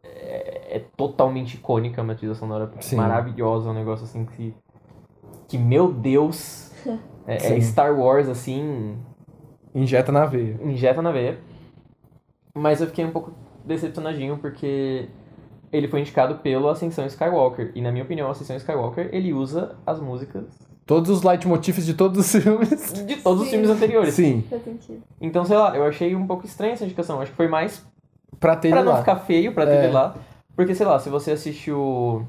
é, é totalmente icônica, é uma trilha sonora
Sim.
maravilhosa, um negócio assim que que meu Deus, é, é
Sim.
Star Wars assim,
Injeta na veia.
injeta na veia. Mas eu fiquei um pouco decepcionadinho porque ele foi indicado pelo Ascensão Skywalker e na minha opinião, Ascensão Skywalker, ele usa as músicas
Todos os leitmotifs de todos os filmes.
de todos os
Sim.
filmes anteriores.
Sim,
Faz sentido.
Então, sei lá, eu achei um pouco estranha essa indicação. Acho que foi mais
pra ter
pra
ele
não
lá.
ficar feio, pra ter
É.
ele lá, Porque, sei lá, se você assiste o,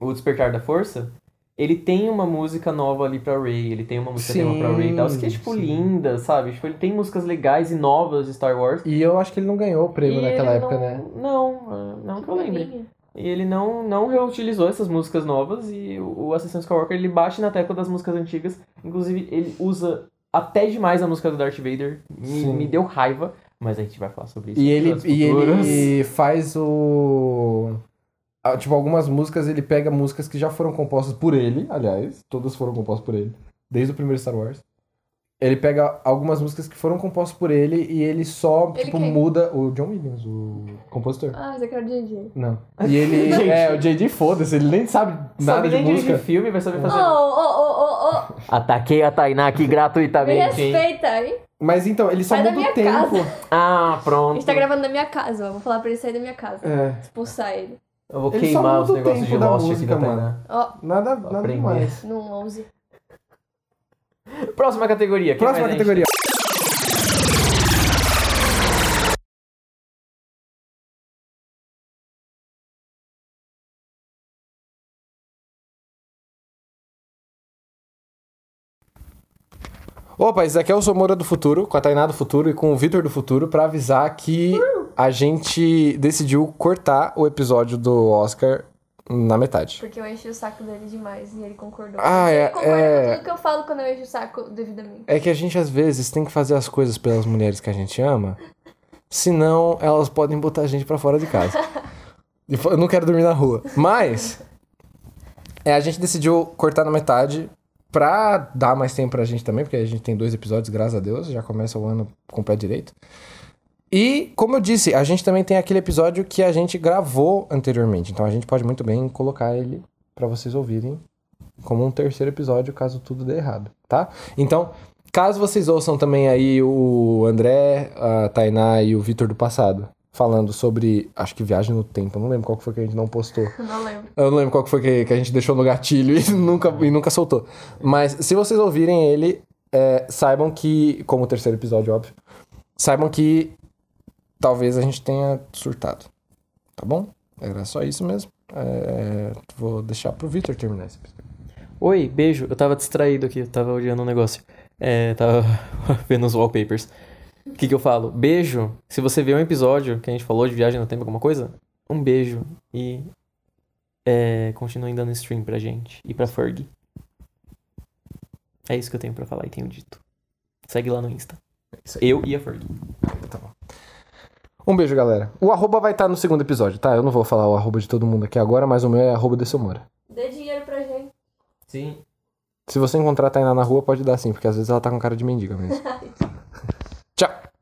o Despertar da Força, ele tem uma música nova ali pra Ray, ele tem uma música
Sim,
tema pra Ray e tal, isso que é, tipo,
sim.
linda, sabe? Tipo, ele tem músicas legais e novas de Star Wars.
E eu acho que ele não ganhou o prêmio
E
naquela
ele não-
época, né?
Não, ah, não que eu lembre. E ele não, não reutilizou essas músicas novas e o o Assassin's Skywalker ele bate na tecla das músicas antigas. Inclusive, ele usa até demais a música do Darth Vader. Me,
Sim.
me deu raiva, mas a gente vai falar sobre isso.
E
em
ele,
episódios
e
futuros.
ele faz o. ah, Tipo, algumas músicas, ele pega músicas que já foram compostas por ele, aliás, todas foram compostas por ele, desde o primeiro Star Wars. Ele pega algumas músicas que foram compostas por ele e ele só,
Ele
tipo,
quem?
muda. O John Williams, o compositor.
Ah, mas eu quero DJ.
Não. E ele.
Gente.
é, o JD foda-se, ele nem sabe nada
sabe
de
nem dirigir
música.
filme, vai saber
Oh,
fazer.
oh, oh, oh,
Ataquei a Tainá aqui
oh. Me
gratuitamente,
respeita, hein?
Mas então, ele só
Sai da
muda o
minha
tempo.
A
Ah, pronto.
gente tá gravando na minha casa, ó. Vou falar pra ele sair da minha casa.
É,
Expulsar ele.
Eu vou
Ele só
queimar os
muda o
negócios de
tempo da
Lost aqui
música,
da Tainá.
mano.
Ó,
nada, nada
Aprender.
demais.
no 11.
Próxima categoria. quem
Próxima
mais a gente
categoria. Opa, esse aqui é o Somora do Futuro, com a Tainá do Futuro e com o Vitor do Futuro, pra avisar que a gente decidiu cortar o episódio do Oscar na metade.
Porque eu enchi o saco dele demais e ele concordou.
Ah, é,
Ele concorda
é-
com tudo que eu falo quando eu encho o saco devidamente.
É que a gente às vezes tem que fazer as coisas pelas mulheres que a gente ama, senão elas podem botar a gente pra fora de casa. E fo- Eu não quero dormir na rua. Mas é, a gente decidiu cortar na metade pra dar mais tempo pra gente também, porque a gente tem dois episódios, graças a Deus, já começa o ano com o pé direito. E, como eu disse, a gente também tem aquele episódio que a gente gravou anteriormente, então a gente pode muito bem colocar ele pra vocês ouvirem como um terceiro episódio, caso tudo dê errado, tá? Então, Caso vocês ouçam também aí o André, a Tainá e o Vitor do passado falando sobre, acho que viagem no tempo, eu não lembro qual que foi que a gente não postou.
Eu não lembro.
Eu não lembro qual que foi que, que a gente deixou no gatilho e nunca, e nunca soltou. Mas se vocês ouvirem ele, é, saibam que, como o terceiro episódio, óbvio, saibam que talvez a gente tenha surtado. Tá bom? Era só isso mesmo. É, vou deixar pro Vitor terminar esse episódio.
Oi, beijo. Eu tava distraído aqui, eu tava olhando um negócio. É, tava vendo os wallpapers. O que, que eu falo? Beijo. Se você vê um episódio que a gente falou de viagem no tempo, alguma coisa, um beijo. E é, continuem dando stream pra gente e pra Ferg. É isso que eu tenho pra falar e tenho dito. Segue lá no Insta.
isso
Eu e a Ferg.
Tá bom. Um beijo, galera. O arroba vai estar no segundo episódio, tá? Eu não vou falar o arroba de todo mundo aqui agora, mas o meu é arroba de Somora.
Dê dinheiro pra gente.
Sim.
Se você encontrar a Tainá na rua, pode dar sim, porque às vezes ela tá com cara de mendiga mesmo. Tchau!